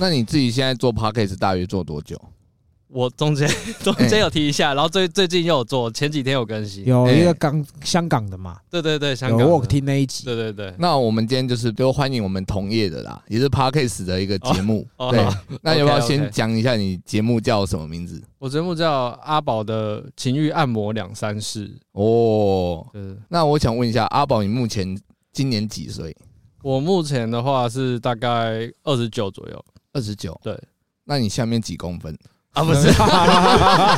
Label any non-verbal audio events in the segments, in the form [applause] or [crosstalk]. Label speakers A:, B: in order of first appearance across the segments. A: 那你自己现在做 podcast 大约做多久？
B: 我中间 [laughs] 中间有提一下，然后最最近又有做，前几天有更新。
C: 有一
A: 哎
C: 个港香港的嘛，
B: 对对对，香
C: 有
B: 港
C: 我有
B: 的
C: 听那一集，
B: 对对对，
A: 那我们今天就是都欢迎我们同业的啦，也是 podcast 的一个节目。
B: 哦
A: 对，那要不要
B: OK，OK
A: 先讲一下你节目叫什么名字？
B: 我节目叫阿宝的情欲按摩两三式，
A: 哦，
B: 就是
A: 那我想问一下，阿宝，你目前今年几岁？
B: 我目前的话是大概二十九左右
A: 二十九。
B: 对，
A: 那你下面几公分？
B: 啊，不是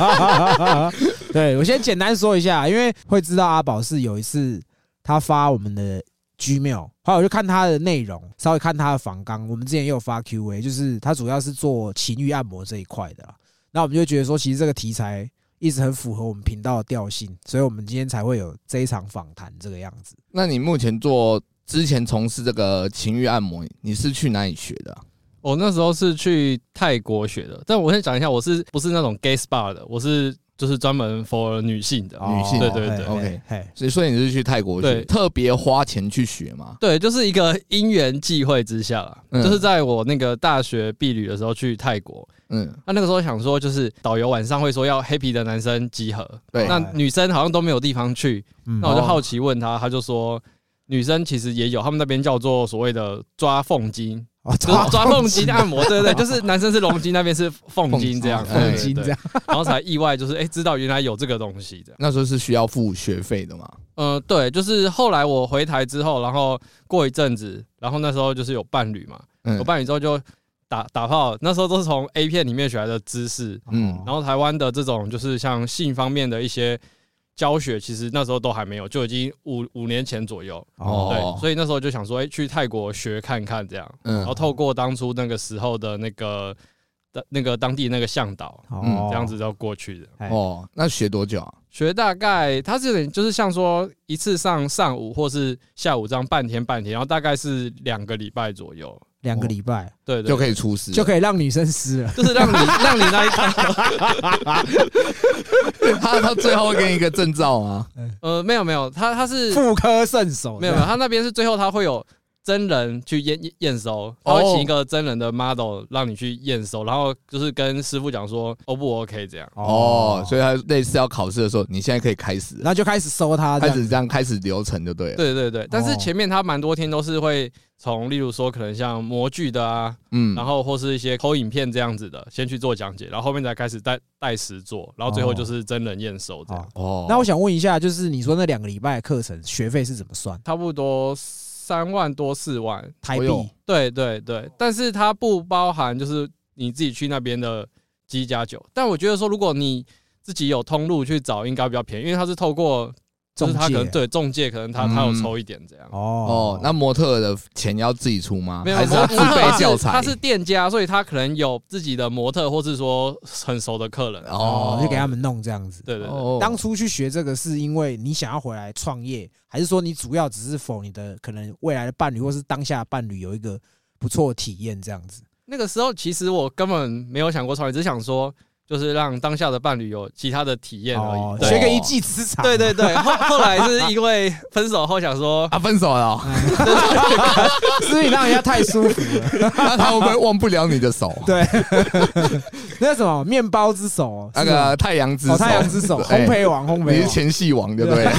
C: [laughs] 对我先简单说一下，因为会知道阿宝是有一次他发我们的 Gmail，后来我就看他的内容，稍微看他的访纲，我们之前也有发 Q&A，就是他主要是做情欲按摩这一块的啦。那我们就觉得说，其实这个题材一直很符合我们频道的调性，所以我们今天才会有这一场访谈这个样子。
A: 那你目前做之前从事这个情欲按摩，你是去哪里学的啊、
B: [laughs] 我那时候是去泰国学的，但我先讲一下，我是不是那种 gay spa 的，我是就是专门 for 女性的。
C: 哦
A: 女性
B: 对对对
C: 哎
A: ，OK
C: 嘿，
A: 所以说你是去泰国学，
B: 对
A: 特别花钱去学嘛？
B: 对，就是一个因缘际会之下啦，
A: 嗯
B: 就是在我那个大学毕旅的时候去泰国，
A: 嗯，
B: 啊那那个时候想说，就是导游晚上会说要黑皮的男生集合，
A: 对
B: 那女生好像都没有地方去，
C: 嗯
B: 那我就好奇问他，他就说。女生其实也有，他们那边叫做所谓的抓凤筋，
C: 哦
B: 就是抓凤筋按摩，对对对，就是男生是龙筋，那边是凤筋这样，
A: 凤
C: 凤
B: 对
C: 金这，
B: 对对
C: 样，
B: 然后才意外就是哎、知道原来有这个东西这样。
A: 那时候是需要付学费的嘛？
B: 嗯、对，就是后来我回台之后，然后过一阵子，然后那时候就是有伴侣嘛，有
A: 嗯，
B: 伴侣之后就打打炮，那时候都是从 A 片里面学来的知识，
A: 嗯
C: 哦
B: 然后台湾的这种就是像性方面的一些教学，其实那时候都还没有，就已经五五年前左右。
A: 哦
B: 对，所以那时候就想说，哎、去泰国学看看这样，然后
A: 嗯，
B: 透过当初那个时候的那个的那个当地那个向导，
C: 哦
A: 嗯
B: 这样子就过去的。
C: 哎
A: 哦，那学多久啊？
B: 学大概它是有点就是像说一次上上午或是下午这样半天半天，然后大概是两个礼拜左右。
C: 两个礼拜
B: 对对
A: 就
B: 以
A: 可以出师了，
C: 就可以让女生湿了。
B: 就是让你让你那一趟，
A: [laughs] 他他最后会给你一个证照
C: [laughs]
A: 啊。
B: [laughs] 呃，没有没有，他他是
C: 妇科圣手
B: 没有没有，他那边是最后他会有真人去验验验收，他会请一个真人的 model 让你去验收，然后就是跟师傅讲说 O 不 OK 这样。
A: 哦，所以他类似要考试的时候，你现在可以开始了，
C: 然后就开始收他
A: 开
C: 这样
A: 始这样开始流程就对了。
B: 对对对，但
C: 哦
B: 是前面他蛮多天都是会从，例如说可能像模具的啊，
A: 嗯，
B: 然后或是一些抠影片这样子的，先去做讲解，然后后面才开始带带实做，然后最后就是真人验收这样，
C: 哦
A: 哦，
C: 那我想问一下，就是你说那两个礼拜的课程学费是怎么算？
B: 差不多三万多四万。
C: 台
A: 我
C: 币
A: 有
B: 对对对，但是它不包含就是你自己去那边的机加酒。但我觉得说，如果你自己有通路去找，应该比较便宜，因为它是透过就是
C: 中
B: 他可能
C: 介
B: 对中介，可能他他有抽一点这样。
C: 哦
A: 嗯哦，那模特儿的钱要自己出吗？
B: 没有，
A: 还是他付
B: 模
A: 费教材？
B: 他是店家，所以他可能有自己的模特，或是说很熟的客人。
C: 哦，就给他们弄这样子。
B: 对对对，
A: 哦
C: 当初去学这个是因为你想要回来创业，还是说你主要只是否你的可能未来的伴侣或是当下的伴侣有一个不错的体验这样子？
B: 那个时候其实我根本没有想过创业，只想说就是让当下的伴侣有其他的体验而
C: 哦
B: 已。，对
C: 学个一技之长。
B: 对
C: [laughs]
B: 对对，后后来是因为分手后想说，
A: 啊，分手了
C: 嗯
A: 哦，
C: 所以让人家太舒服了。
A: 那 [laughs] 他会不会忘不了你的手？
C: [laughs] 对，那什么面包之手哦，
A: 那
C: 是吗
A: 个太阳之
C: 哦
A: 手，
C: 太阳之手，
A: 对
C: 烘焙王，烘
A: 你
C: 焙
A: 是
C: 王。
A: 前戏王，对不对了？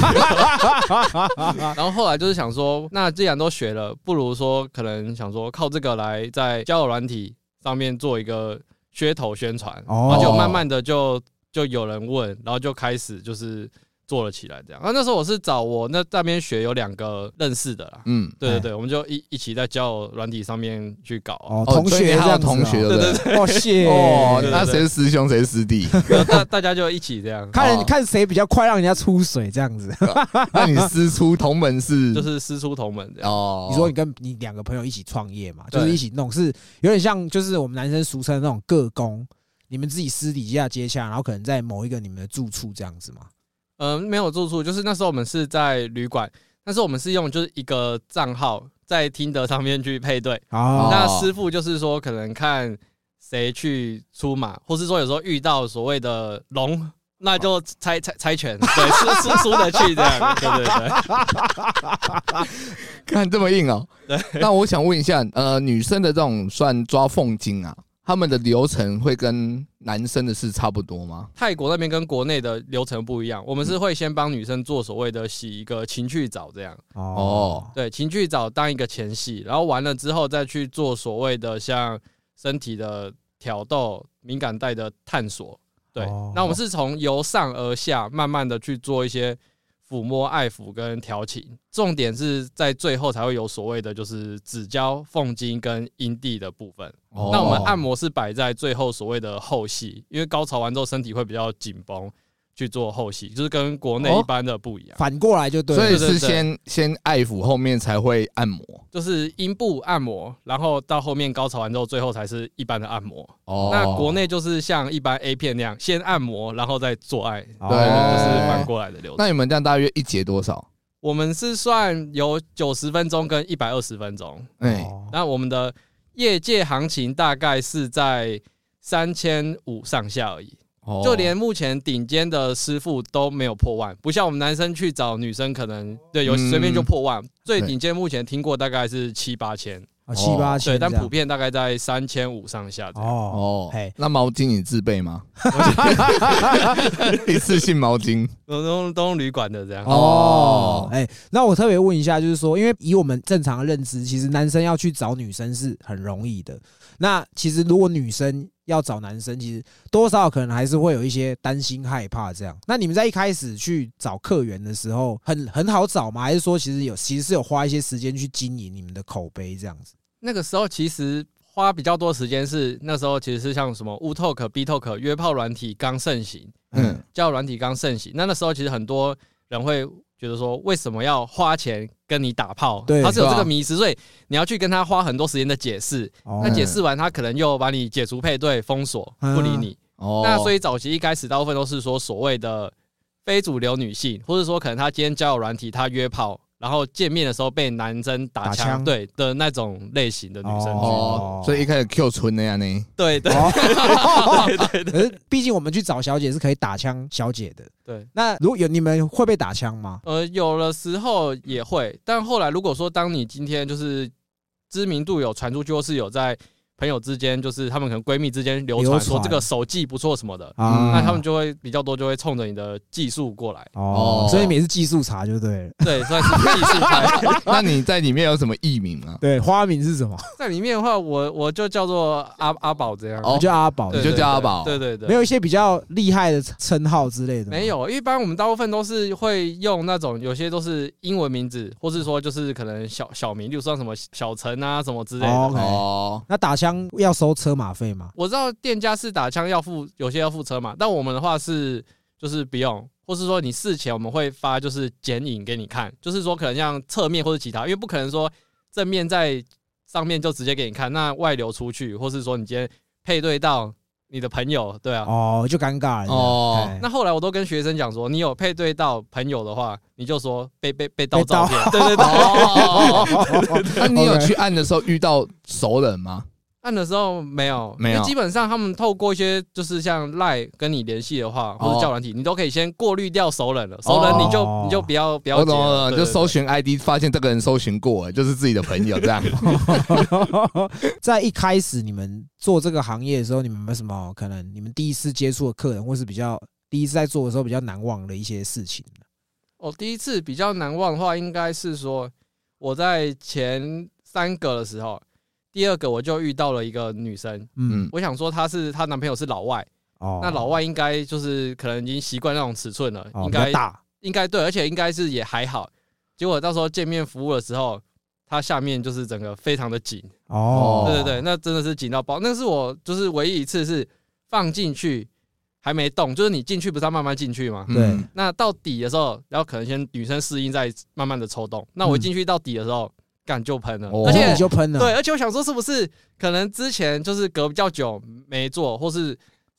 B: 然后后来就是想说，那既然都学了，不如说可能想说靠这个来在交友软体上面做一个噱头宣传，
C: 哦
B: 然后就慢慢的就就有人问，然后就开始就是做了起来这样。啊，那时候我是找我那那边学有两个认识的啦，
A: 嗯，
C: 哎
B: 对对对，我们就一一起在交友软体上面去搞啊、
C: 哦，
A: 哦
C: 同
A: 所以
C: 学
A: 你
C: 这
A: 还有
C: 样子哦
A: 同学，对不对？
C: 哦，谢
A: [laughs] 哦，
B: 对对
A: 那
B: 对
A: 谁是师兄，谁是师弟？
B: 那啊大大家就一起这样，
C: 看人
A: 哦
C: 看谁比较快让人家出水这样子。
A: [laughs] 那你师出同门是？
B: 就是师出同门这样。
A: 哦，
C: [laughs] 你说你跟你两个朋友一起创业嘛，就
B: 对
C: 是一起弄，是有点像就是我们男生俗称的那种个工，你们自己私底下接洽，然后可能在某一个你们的住处这样子嘛。
B: 嗯，没有住处，就是那时候我们是在旅馆，但是我们是用就是一个账号在听的上面去配对。
C: 哦
B: 那师傅就是说，可能看谁去出马，或是说有时候遇到所谓的龙那就猜猜猜拳，对， [laughs] 输输输得去这样，对对对。 [laughs]
A: 看这么硬哦、那我想问一下，呃，女生的这种算抓凤精啊，他们的流程会跟男生的是差不多吗？
B: 泰国那边跟国内的流程不一样，我们是会先帮女生做所谓的洗一个情趣澡，这样
A: 哦
B: 对情趣澡当一个前戏，然后完了之后再去做所谓的像身体的挑逗、敏感带的探索。对
C: 哦，
B: 那我们是从由上而下慢慢的去做一些抚摸、爱抚跟调情，重点是在最后才会有所谓的就是指交、缝筋跟阴蒂的部分。
A: 哦
B: 那我们按摩是摆在最后所谓的后戏，因为高潮完之后身体会比较紧绷，去做后戏，就是跟国内一般的不一样，
C: 反过来就对
A: 所
C: 了。
A: 以
B: 对
A: 是
B: 对对
A: 先先爱抚，后面才会按摩
B: 就是阴部按摩，然后到后面高潮完之后，最后才是一般的按摩。
A: 哦。
B: 那国内就是像一般 A 片那样，先按摩，然后再做爱，
C: 哦
A: 对
B: 就是
A: 对
B: 反过来的流程。
A: 那你们这样大约一节多少？
B: 我们是算有九十分钟跟一百二十分钟，
A: 哎、
C: 哦
B: 那我们的业界行情大概是在三千五上下而已。
A: 哦
B: 就连目前顶尖的师傅都没有破万，不像我们男生去找女生，可能对有
A: 嗯
B: 随便就破万。最
A: 对
B: 顶尖目前听过大概是七八千，
C: 哦七八
B: 对，
C: 千这
B: 但
C: 样，
B: 普遍大概在三千五上下这样。
A: 哦
C: 哦嘿，
A: 那毛巾你自备吗？ [laughs] 一次性毛巾
B: 都都都用旅馆的这样。
C: 哦
A: 哦，
C: 哎，那我特别问一下，就是说，因为以我们正常的认知，其实男生要去找女生是很容易的。那其实如果女生要找男生，其实多少可能还是会有一些担心、害怕这样。那你们在一开始去找客源的时候，很很好找吗？还是说其实有其实是有花一些时间去经营你们的口碑这样子？
B: 那个时候其实花比较多时间是那时候其实是像什么 U Talk、B Talk 约炮软体刚盛行，
A: 嗯
B: 交友软体刚盛行，那那时候其实很多人会觉得说，为什么要花钱跟你打炮？
C: 对
B: 他是有这
A: 对啊
B: 个迷思，所以你要去跟他花很多时间的解释。
C: 哦 [laughs]
B: 那解释完，他可能又把你解除配对、封锁、
C: 嗯
B: 不理你。
A: 哦，
B: 那所
A: 以
B: 以早期一开始大部分都是说所谓的非主流女性，或者说可能她今天交友软体，她约炮，然后见面的时候被男生打
C: 打
B: 枪，
C: 枪
B: 对的那种类型的女生。
A: 哦，所以一开始 Q 村那样呢，
B: 对对
C: 哦，
B: 对对对
C: 可是毕竟我们去找小姐是可以打枪小姐的。
B: 对。
C: 那如果有你们会被打枪吗？
B: 呃，有的时候也会，但后来如果说当你今天就是知名度有传出去，或是有在朋友之间，就是他们可能闺蜜之间流
C: 流
B: 传
C: 传
B: 说这个手技不错什么的，
C: 啊，
B: 嗯那他们就会比较多，就会冲着你的技术过
C: [laughs]
B: 来，
C: 哦
A: 哦，
C: 所以每次技术查就对了。
B: 对，算是技术派。
A: [laughs] 那你在里面有什么艺名吗？
C: 对，花名是
B: [laughs]
C: 什么？
B: 在里面的话，我我就叫做阿阿宝这样，
A: 哦
C: 就阿宝，
B: 对
A: 你就
B: 对
A: 叫阿
B: 对
A: 宝
B: 对对对，
C: 没有一些比较厉害的称号之类的。
B: 没，有，一般我们大部分都是会用那种，有些都是英文名字，或是说就是可能小小名，就算什么小陈啊什么之类的。
C: 哦 OK
A: 哦，
C: 那打枪要收车马费吗？
B: 我知道店家是打枪要付，有些要付车嘛，但我们的话是就是不用，或是说你事前我们会发就是剪影给你看，就是说可能像侧面或者其他，因为不可能说正面在上面就直接给你看，那外流出去，或是说你今天配对到你的朋友，对啊。
C: 哦，就尴尬了。
A: 哦
C: 哎
B: 那后来我都跟学生讲说，你有配对到朋友的话，你就说被被被盗
C: 被
B: 照
C: 盗
B: 片，对对对。
A: 哦， [laughs] 那你有
C: OK
A: 去按的时候遇到熟人吗？
B: 按的时候没有，
A: 没有
B: 因为基本上他们透过一些就是像赖跟你联系的话，或者叫软
A: 哦
B: 体，你都可以先过滤掉熟人了。熟人你就你就不要不要
A: 我
B: 接
A: 懂了，
B: 对
A: 就
B: 对
A: 搜
B: 对
A: 寻 ID，发现这个人搜寻过，就是自己的朋友这样。
C: [laughs] 在一开始你们做这个行业的时候，你们有没有什么可能？你们第一次接触的客人，或是比较第一次在做的时候比较难忘的一些事情？
B: 哦，第一次比较难忘的话，应该是说我在前三个的时候，第二个我就遇到了一个女生，
C: 嗯，
A: 嗯，
B: 我想说她是她男朋友是老外，
C: 哦，
B: 那老外应该就是可能已经习惯那种尺寸了，
C: 哦
B: 应
C: 比较
B: 该
C: 大
B: 应该对，而且应该是也还好。结果到时候见面服务的时候，它下面就是整个非常的紧，
C: 哦，
B: 对对对，那真的是紧到爆。那是我就是唯一一次是放进去还没动，就是你进去不是要慢慢进去吗？
A: 嗯
C: 对
B: 那到底的时候，然后可能先女生适应，再慢慢的抽动。那我一进去到底的时候，干、就喷了，
A: 哦
B: 而
C: 然后
B: 且
C: 你就喷了，
B: 对，，而且我想说，是不是可能之前就是隔比较久没做，或是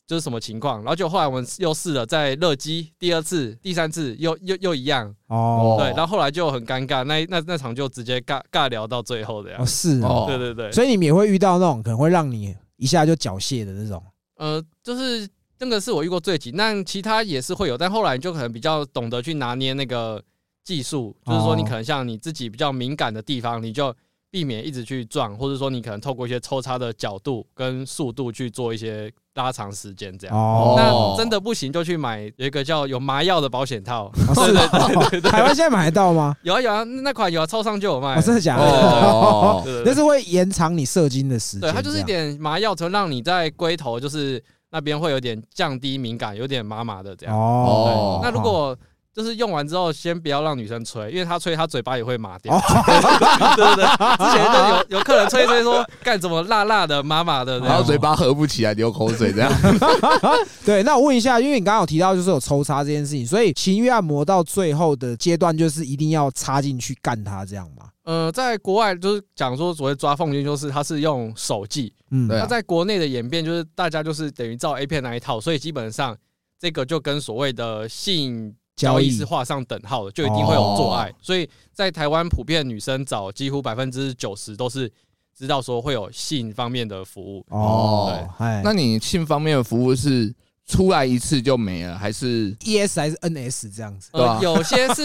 B: 就是什么情况，然后就后来我们又试了，在热机第二次、第三次又又又一样，
C: 哦，
B: 对，然后后来就很尴尬，那那那场就直接尬尬聊到最后的呀
C: 哦，是
A: 哦
C: 哦，
B: 对对对，
C: 所以你们也会遇到那种可能会让你一下就缴械的那种。
B: 呃，就是。那个是我遇过最紧，但其他也是会有，但后来你就可能比较懂得去拿捏那个技术，就是说
C: 哦
B: 你可能像你自己比较敏感的地方，你就避免一直去撞，或者说你可能透过一些抽插的角度跟速度去做一些拉长时间这样。
C: 哦，
B: 那真的不行，就去买有一个叫有麻药的保险套，
C: 哦是的，台湾现在买得到吗？
B: 有啊有啊，那款有啊，超商就有卖
C: 哦，。真的假的？
A: 哦，
B: 对对对
C: 那是会延长你射精的时间，
B: 对，它就是一点麻药，从让你在龟头就是那边会有点降低敏感，有点麻麻的这
C: 这
B: 样
C: 样。哦。
A: 哦
B: 对那如果就是用完之后，先不要让女生吹，因为她吹她嘴巴也会麻掉。
A: 哦
B: [laughs] 对对对，之前就有有客人吹一吹说，干怎么辣辣的、麻麻的这
A: 然后
B: 样。
A: 嘴巴合不起来，流口水这样。
C: 对，那我问一下，因为你刚刚有提到就是有抽插这件事情，所以情欲按摩到最后的阶段就是一定要插进去干它这样嘛？
B: 呃，在国外就是讲说所谓抓凤精，就是它是用手技。
C: 嗯，
A: 对啊
B: 那在国内的演变就是大家就是等于照 A 片那一套，所以基本上这个就跟所谓的性交易是画上等号的，就一定会有做爱。
A: 哦
B: 所以在台湾，普遍女生找几乎百分之九十都是知道说会有性方面的服务。
C: 哦，哎，
A: [laughs] 那你性方面的服务是出来一次就没了，还是
C: ES E 还是 NS 这样子？
A: 对啊
B: 呃，有些
A: [laughs]
B: 是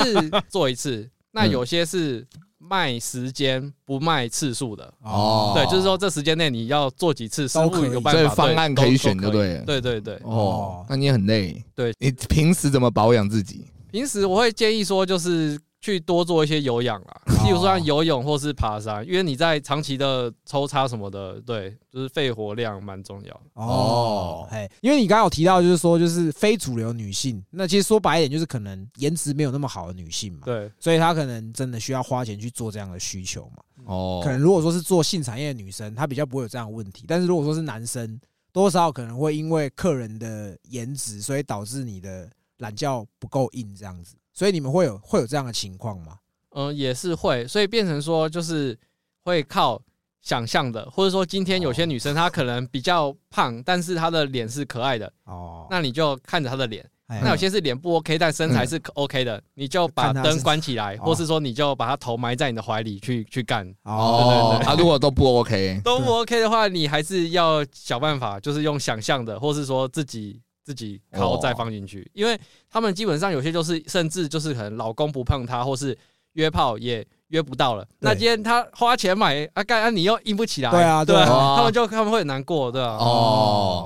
B: 做一次，那
A: 嗯
B: 有些是卖时间不卖次数的。
A: 哦
B: 对，就是说这时间内你要做几次，师
C: 都可
B: 傅
C: 以
B: 有办
A: 所以
B: 法，
A: 方
B: 对
A: 案
B: 都
A: 可以
B: 都
A: 选就对了？
B: 对对对，
A: 哦
C: 哦，
A: 那你也很累。
B: 对
A: 你平时怎么保养自己？
B: 平时我会建议说，就是去多做一些有氧啦，
A: 哦
B: [laughs] 例如说像游泳或是爬山，因为你在长期的抽插什么的，对，就是肺活量蛮重要。
C: 哦，哎，因为你刚刚有提到，就是说，就是非主流女性，那其实说白一点，就是可能颜值没有那么好的女性嘛，
B: 对，
C: 所以她可能真的需要花钱去做这样的需求嘛。
B: 嗯
A: 哦
C: 可能如果说是做性产业的女生，她比较不会有这样的问题，但是如果说是男生，多多少少可能会因为客人的颜值，所以导致你的懒觉不够硬这样子，所以你们会有会有这样的情况吗？
B: 嗯，也是会，所以变成说就是会靠想象的，或者说今天有
A: 哦
B: 些女生她可能比较胖，但是她的脸是可爱的，
C: 哦，
B: 那你就看着她的脸。
C: 哎
B: 那有些是脸不 OK，但身材是 OK 的，你就把
C: 嗯看他是
B: 灯关起来，
C: 哦
B: 或是说你就把他头埋在你的怀里去去干。
A: 哦，他如果都不 OK，
B: 都不 OK 的话，你还是要想办法，就是用想象的，或是说自己自己烤
A: 哦
B: 再放进去，因为他们基本上有些就是甚至就是可能老公不碰她，或是约炮也约不到了。那今天他花钱买啊，干啊你又硬不起来，
C: 对啊
B: 对
C: 对
A: 啊
B: 他们就他们会很难过，对吧、
A: 哦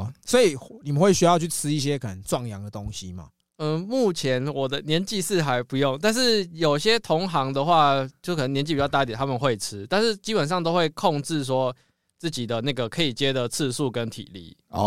C: 哦，所以你们会需要去吃一些可能壮阳的东西嘛？
B: 嗯，目前我的年纪是还不用，但是有些同行的话，就可能年纪比较大一点，他们会吃，但是基本上都会控制说自己的那个可以接的次数跟体力。
A: 哦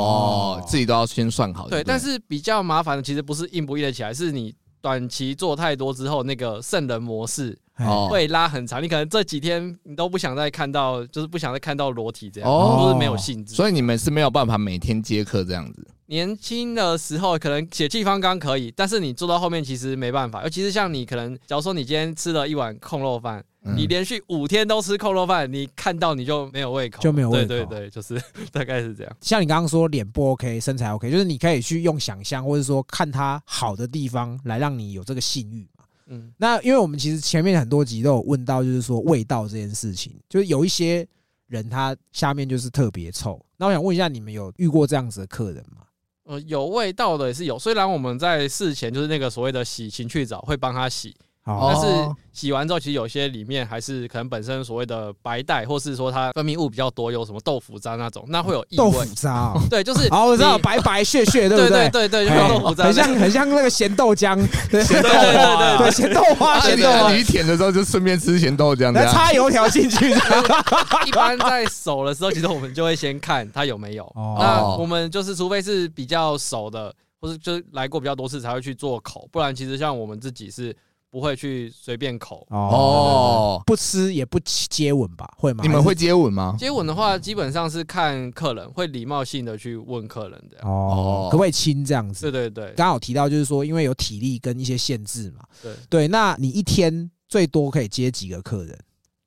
C: 哦，
A: 自己都要先算好。
B: 对，
A: 哦不
B: 但是比较麻烦的其实不是硬不硬得起来，是你短期做太多之后，那个圣人模式
A: 哦
B: 会拉很长，你可能这几天你都不想再看到，就是不想再看到裸体这样，
A: 哦
B: 就是没有兴致。
A: 所以你们是没有办法每天接客这样子。
B: 年轻的时候可能血气方刚可以，但是你做到后面其实没办法，尤其是像你可能，假如说你今天吃了一碗控肉饭，
A: 嗯
B: 你连续五天都吃控肉饭，你看到你就没有胃口，
C: 就没有胃口
B: 对对对，就是 [laughs] 大概是这样。
C: 像你刚刚说脸不 OK，身材 OK，就是你可以去用想象，或者说看它好的地方来让你有这个性欲嘛。
B: 嗯，
C: 那因为我们其实前面很多集都有问到，就是说味道这件事情，就是有一些人他下面就是特别臭。那我想问一下，你们有遇过这样子的客人吗？
B: 呃，有味道的也是有，虽然我们在事前就是那个所谓的洗情趣澡会帮他洗，
C: 好，
A: 哦
B: 但是洗完之后，其实有些里面还是可能本身所谓的白带，或是说它分泌物比较多，有什么豆腐渣那种，那会有异
C: 豆
B: 味
C: 腐。渣、哦。
B: 对，就是
C: 好，我知道
B: 你
C: 白白屑屑，对
B: 对
C: 不
B: 对？对对，就
C: 哎
B: 是豆腐渣，
C: 很像很像那个咸豆浆，对
B: 对对对
C: [laughs] 对
B: 对
C: 咸豆花，
A: 而
C: 咸
A: 且
C: 豆花，
A: 啊你舔的时候就顺便吃咸豆浆这
C: 来
A: 样。啊
C: 插油条进去。
B: 一般在熟的时候，其实我们就会先看它有没有。
C: 哦
B: 那我们就是，除非是比较熟的，或是就是来过比较多次才会去做口，不然其实像我们自己是不会去随便
C: 哦
B: 口。
A: 哦，
C: 不吃也不接吻吧？会吗？
A: 你们会接吻吗？
B: 接吻的话，基本上是看客人，会礼貌性的去问客人这样。
C: 哦，可不可以亲这样子
B: 对？对对
C: 刚好提到就是说，因为有体力跟一些限制嘛。
B: 对，
C: 对，那你一天最多可以接几个客人？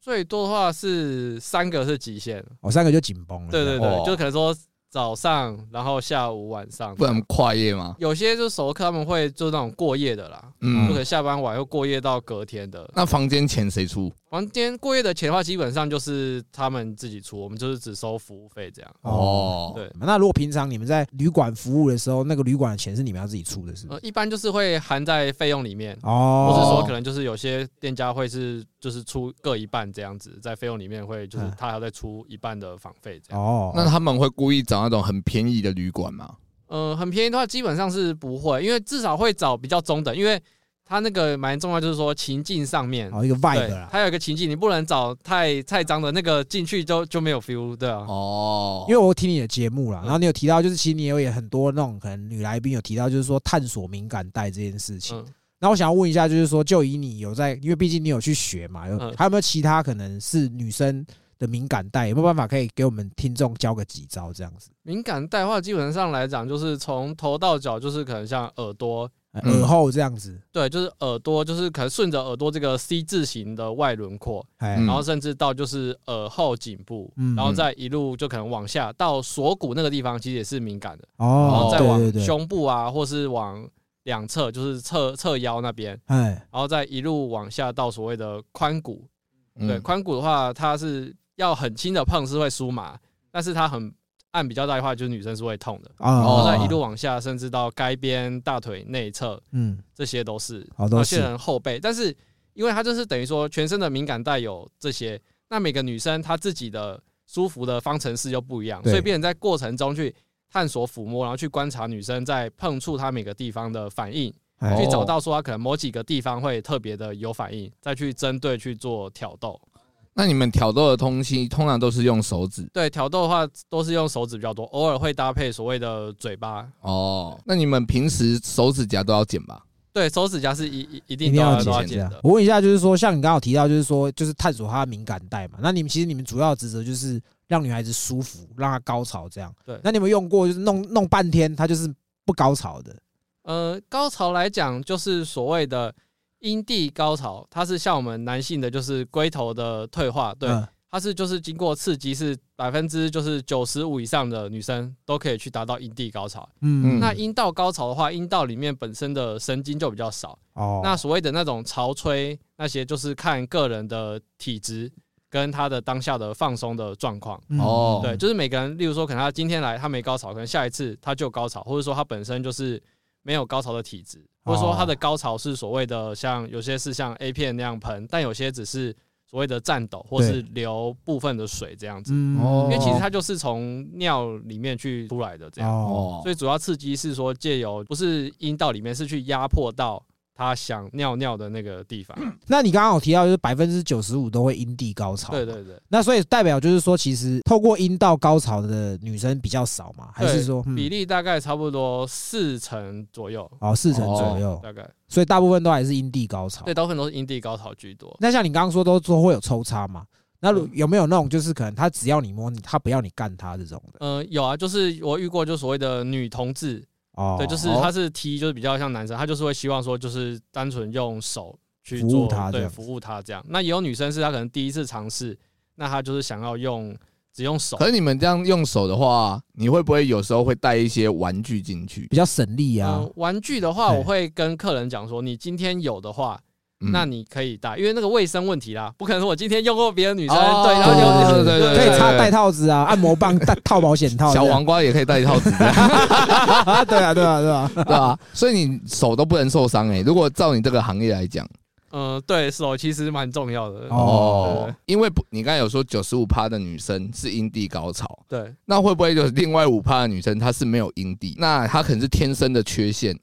B: 最多的话是三个是极限。
C: 哦，三个就紧绷了。
B: 对对
A: 哦
B: 对，就可能说早上，然后下午晚上
A: 不。然跨夜吗？
B: 有些就是熟客他们会做那种过夜的啦，就可
A: 嗯，
B: 能下班晚又过夜到隔天的。
A: 那房间钱谁出？
B: 反正今天过夜的钱的话，基本上就是他们自己出，我们就是只收服务费这样。
A: 哦，
B: 对，
C: 那如果平常你们在旅馆服务的时候，那个旅馆的钱是你们要自己出的，是不
B: 呃
C: 是？，
B: 一般就是会含在费用里面，
C: 哦，
B: 或呃是说可能就是有些店家会是就是出各一半这样子，在费用里面会就是
C: 嗯
B: 他还要再出一半的房费这样。
C: 哦，
A: 那他们会故意找那种很便宜的旅馆吗？
B: 呃，很便宜的话基本上是不会，因为至少会找比较中等，因为他那个蛮重要就是说情境上面。
C: 好一个 vibe
B: 对，
C: 哦啦，
B: 他有一个情境，你不能找太太脏的那个进去就就没有 feel，对啊。
A: 哦，
C: 因为我听你的节目啦，
B: 嗯
C: 然后你有提到，就是其实你有也很多那种可能女来宾有提到，就是说探索敏感带这件事情。
B: 嗯，
C: 那我想要问一下，就是说，就以你有在，因为毕竟你有去学嘛，有
B: 嗯
C: 还有没有其他可能是女生的敏感带，有没有办法可以给我们听众教个几招这样子？
B: 敏感带的话，基本上来讲就是从头到脚，就是可能像耳朵，
C: 呃
A: 嗯
C: 耳后这样子，
B: 对，就是耳朵，就是可能顺着耳朵这个 C 字形的外轮廓，
C: 哎，
A: 嗯
B: 然后甚至到就是耳后颈部，
C: 嗯
B: 然后再一路就可能往下到锁骨那个地方，其实也是敏感的，然
C: 哦
B: 后，再
C: 对对
B: 往
C: 对，
B: 胸部啊，或是往两侧，就是侧侧腰那边，
C: 哎，
B: 然后再一路往下到所谓的髋骨。
A: 嗯
B: 对，髋骨的话，它是要很轻的碰是会酥麻，但是它很按比较大的话，就是女生是会痛的。
C: 啊，
B: 然后再
A: 哦
B: 一路往下，甚至到该边、大腿内侧，
C: 嗯，
B: 这些都是，
C: 好都
B: 有
C: 是
B: 些人后背，但是因为它就是等于说全身的敏感带有这些，那每个女生她自己的舒服的方程式又不一样，
C: 对
B: 所以变成在过程中去探索、抚摸，然后去观察女生在碰触她每个地方的反应，
C: 哎
B: 去找到说啊她可能某几个地方会特别的有反应，再去针对去做挑逗。
A: 那你们挑逗的东西通常都是用手指
B: 对，挑逗的话都是用手指比较多，偶尔会搭配所谓的嘴巴。
A: 哦，那你们平时手指甲都要剪吧？
B: 对手指甲是一一一
C: 一
B: 定
C: 定
B: 都
C: 要
B: 都要
C: 剪这
B: 剪
C: 样
B: 的。。
C: 我问一下，就是说，像你刚刚有提到，就是说，就是探索她的敏感带嘛。那你们其实你们主要的职责就是让女孩子舒服，让她高潮这样。
B: 对
C: 那你们用过就是弄弄半天，她就是不高潮的
B: 呃，高潮来讲，就是所谓的阴蒂高潮，它是像我们男性的就是龟头的退化，对，
C: 嗯
B: 它是就是经过刺激是百分之就是九十五以上的女生都可以去达到阴蒂高潮。
C: 嗯
A: 嗯
B: 那阴道高潮的话，阴道里面本身的神经就比较少，
C: 哦
B: 那所谓的那种潮吹那些就是看个人的体质跟他的当下的放松的状况。
C: 嗯
A: 哦
B: 对，就是每个人，例如说，可能他今天来他没高潮，可能下一次他就高潮，或者说他本身就是没有高潮的体质，或者说他的
C: 哦
B: 高潮是所谓的像有些是像 A 片那样喷，但有些只是所谓的颤抖或是流部分的水这样子，
C: 嗯
A: 哦
B: 因为其实它就是从尿里面去出来的这样，
C: 哦
A: 哦
B: 所以主要刺激是说借由不是阴道里面，是去压迫到他想尿尿的那个地方。
C: 那你刚刚有提到，就是百分之九十五都会阴蒂高潮。
B: 对。对对。
C: 那所以代表就是说，其实透过阴道高潮的女生比较少嘛？还是
B: 对
C: 说、嗯
B: 比例大概差不多四成左右，
C: 哦四成左右？
B: 大概。
C: 所以大部分都还是阴蒂高潮。
B: 对，大部分都是阴蒂高潮居多。
C: 那像你刚刚说都都会有抽插嘛？那如
B: 嗯
C: 有没有那种就是可能他只要你摸你，他不要你干他这种的？
B: 呃，有啊，就是我遇过，就所谓的女同志，
C: 哦，
B: 对，就是她是 T，就是比较像男生，她就是会希望说，就是单纯用手去
C: 服务
B: 做，
C: 她这
B: 对，
C: 样
B: 服务她这样。那也有女生是她可能第一次尝试，那她就是想要用只用手呃
A: 可，是你们这样用手的话，你会不会有时候会带一些玩具进去？
C: 比较省力啊
B: 嗯。，玩具的话，
C: 嘿
B: 我会跟客人讲说，你今天有的话，
A: 嗯
B: 那你可以带，因为那个卫生问题啦，不可能说我今天用过别的女生，
A: 哦
B: 对，然后
A: 对
B: 就
A: 对对对
C: 可以
A: 插
C: 插带套子啊，按
A: [laughs]
C: 摩棒、带套保险哦套这
A: 小
C: 样。
A: 黄瓜也可以带一套指
C: [laughs]
A: 甲，
C: 啊， [laughs] 对啊，对啊，对啊。
A: 对吧？所以你手都不能受伤哎。如果照你这个行业来讲，
B: 嗯，对，手其实蛮重要的，
C: 哦
A: 哦
B: 对，
A: 因为不，你刚才有说九十五趴的女生是阴蒂高潮，
B: 对，
A: 那会不会就是另外五趴的女生她是没有阴蒂？那她可能是天生的缺陷，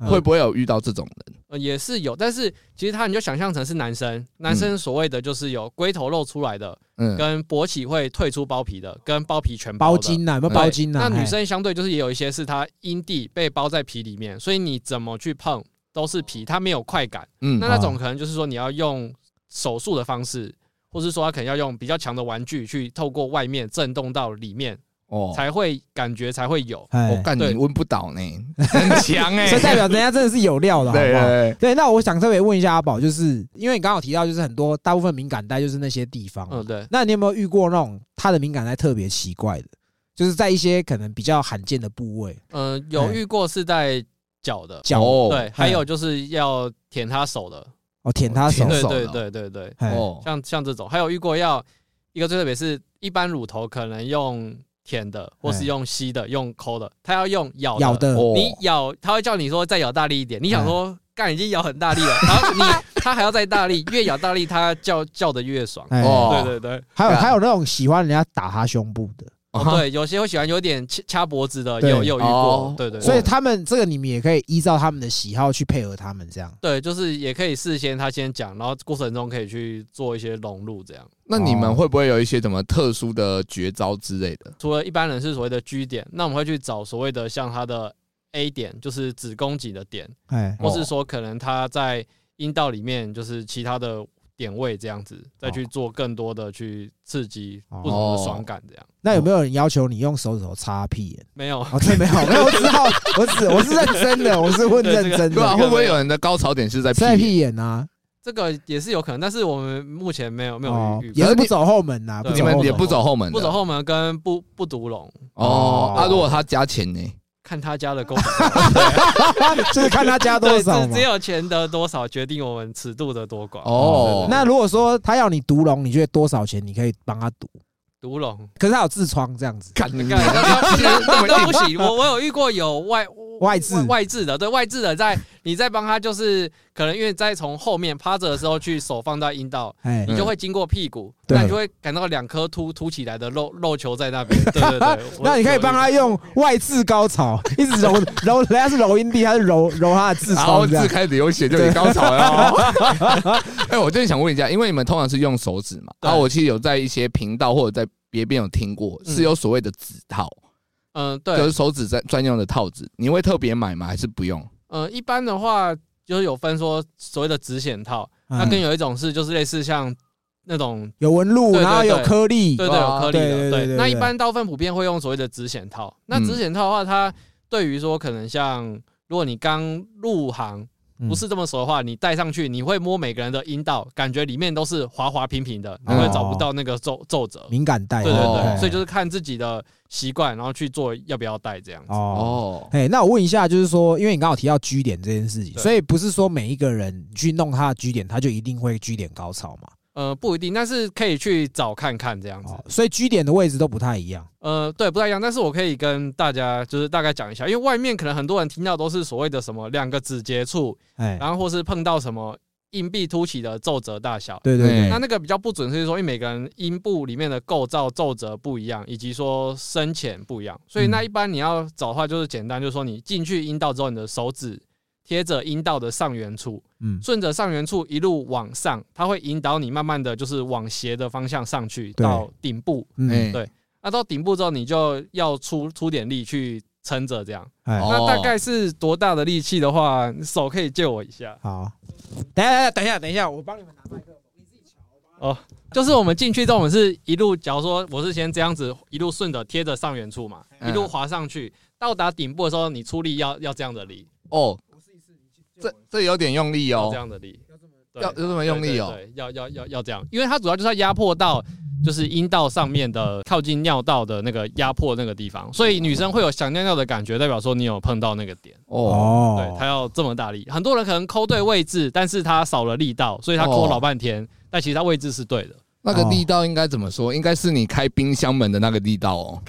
C: 嗯
A: 会不会有遇到这种人？
B: 呃，也是有，但是其实他你就想象成是男生，男生所谓的就是有龟头露出来的，
A: 嗯，
B: 跟勃起会退出包皮的，跟包皮全
C: 包
B: 的。
C: 巾呐，啊有没有
A: 对
C: 包巾呐？
B: 那女
C: 嘿
B: 生相对就是也有一些是她阴蒂被包在皮里面，所以你怎么去碰都是皮，它没有快感。
A: 嗯
B: 那那种可能就是说你要用手术的方式，或是说他可能要用比较强的玩具去透过外面震动到里面，
A: 哦，
C: 哎
B: 才会感觉才会有。
C: 嘿
A: 我干
B: 哦对欸
A: 你问不倒呢，很强哎。
C: [laughs] 所以代表人家真的是有料的，好
A: [laughs] 对
C: 不好？
A: 对
C: 对，那我想特别问一下阿宝，就是因为你刚刚有提到，就是很多大部分敏感带就是那些地方嘛，
B: 嗯，对。
C: 那你有没有遇过那种他的敏感带特别奇怪的，就是在一些可能比较罕见的部位，
B: 嗯，有
C: 哎
B: 遇过是在脚的，
A: 对，
C: 脚
A: 哦，
B: 对，还有就是要舔他手的，
C: 哦，舔他手
A: 舔，
B: 对
A: 手
B: 对
A: 的
B: 对对对，
C: 嘿，
A: 哦，
B: 像像这种，还有遇过要一个最特别是，一般乳头可能用舔的，或是
C: 哎
B: 用吸的，用抠的，他要用咬
C: 咬的，
A: 哦哎
B: 你咬，他会叫你说再咬大力一点。你想说，干已经咬很大力了，然后你他还要再大力，越咬大力，他叫叫的越爽。
C: 哎，
A: 哦
B: 对对对，
C: 还有
A: 干
C: 还有那种喜欢人家打他胸部的，
B: 哦
A: 啊
B: 对，有些会喜欢有点掐掐脖子的，
C: 对
B: 也有也有遇过
A: 哦。
B: 对对，对
C: 所以他们这个你们也可以依照他们的喜好去配合他们这样。
B: 对，就是也可以事先他先讲，然后过程中可以去做一些融入，这样。
A: 那你们会不会有一些什么特殊的绝招之类
C: 哦
A: 的？
B: 除了一般人是所谓的 G 点，那我们会去找所谓的像他的 A 点，就是子宫颈的点，
C: 哎，
B: 或是
A: 哦
B: 说可能他在阴道里面就是其他的点位这样子，再去做更多的去刺激不同的爽感这样。
C: 那有没有人要求你用手指头擦屁眼？
B: 没有，
C: 哦，这没有，没有，我只好，我只我是认真的，我是问认真
A: 对啊，
C: 的，
A: 会不会有人的高潮点是在
C: 在
A: 屁眼？
C: 屁眼啊，
B: 这个也是有可能，但是我们目前没有没有
C: 哦
B: 遇遇，
C: 也
B: 过
C: 是不走后门呐，
B: 对啊
A: 你们也不走后门的，
B: 不走后门跟不不独龙，
A: 哦
C: 哦。
A: 啊，如果他加钱呢？
B: 看他家的够
C: 门，就是看他加多
B: 对，
C: 少
B: 只
C: 嘛
B: 只。有钱的多少决定我们尺度的多寡。
A: 哦，
C: 那如果说他要你读龙，你觉得多少钱你可以帮他读？
B: 独龙，
C: 可是他有痔疮这样子，
A: [laughs] 干你
B: 干
A: 娘
B: 那那那不行，我我有遇过有外
C: 外痔
B: 外置的，对外置的在你在帮他就是可能因为在从后面趴着的时候去手放到阴道，
C: 哎
B: 你，就会经过屁股，
C: 对
B: 那你就会感到两颗凸凸起来的肉肉球在那边。对对对
C: [laughs] ，那你可以帮他用外痔高潮，一直揉揉，人家是揉阴蒂，他是揉揉他的痔
A: 然后
C: 疮这
A: 字
C: 样。
A: 开始流血就已经高潮了哦。 [laughs] 哎，我真的想问一下，因为你们通常是用手指嘛，
B: 对
A: 然后我其实有在一些频道或者在别边有听过，
B: 嗯
A: 是有所谓的指套，
B: 嗯
A: 就
B: 对
A: 是手指专专用的套子，你会特别买吗？还是不用？
B: 嗯，一般的话就是有分说所谓的止显套，
C: 嗯
B: 那跟有一种是就是类似像那种
C: 有纹路，
B: 对对
C: 然后有
B: 对
C: 颗粒，
B: 对对有
A: 啊
B: 颗粒
C: 对对
B: 的，
C: 对对
B: 对。那
C: 对
B: 一般大部分普遍会用所谓的止显套。那
A: 嗯
B: 止显套的话，它对于说可能像如果你刚入行
C: 嗯
B: 不是这么熟的话，你戴上去你会摸每个人的阴道，感觉里面都是滑滑平平的，你
C: 哦
B: 会找不到那个皱皱褶。
C: 敏感带。
B: 对对
A: 哦
B: 对，所以就
C: 就
B: 是看自己的习惯，然后去做要不要戴这样子。
C: 哦。
A: 哦，
C: 哎、那我问一下，就是说，因为你刚好提到 G 点这件事情，
B: 对
C: 所以不是说每一个人去弄他的 G 点，他就一定会 G 点高潮嘛？
B: 呃，不一定，但是可以去找看看这样子
C: 哦。，所以 G 点的位置都不太一样。
B: 呃，对，不太一样，但是我可以跟大家就是大概讲一下，因为外面可能很多人听到都是所谓的什么两个指节处，
C: 哎、
B: 然后或是碰到什么硬币凸起的皱褶大小。
C: 对对对，
A: 哎
B: 那那个比较不准，是说因为每个人阴部里面的构造皱褶不一样，以及说深浅不一样，所以那
C: 嗯
B: 一般你要找的话就是简单，就是说你进去阴道之后，你的手指贴着阴道的上缘处，
C: 嗯，
B: 顺着上缘处一路往上，它会引导你慢慢的就是往斜的方向上去
C: 对
B: 到顶部，
C: 嗯，
A: 哎
B: 对那到顶部之后你就要出出点力去撑着这样。
C: 哎、
A: 哦
B: 那大概是多大的力气的话，手可以借我一下。
C: 好，等一下，等一下，等一下，我帮你们拿麦克风，你自己瞧。
B: 就是我们进去之后，我们是一路，假如说我是先这样子一路顺着贴着上缘处嘛，
A: 嗯
B: 一路滑上去，到达顶部的时候，你出力要要这样的力，
A: 哦，这这有点用力
B: 要这
A: 哦，
B: 样的力，对
A: 要有这么用力哦
B: 对，对对要要要要这样，因为它主要就是要压迫到就是阴道上面的靠近尿道的那个压迫那个地
A: 哦
B: 方，所以女生会有想尿尿的感觉，代表说你有碰到那个点，
A: 哦，
C: 哦
B: 对，，它要这么大力。很多人可能抠对位置，但是他少了力道，所以他抠
A: 哦
B: 老半天，但其实他位置是对的。
A: 那个力道应该怎么说？应该是你开冰箱门的那个力道哦，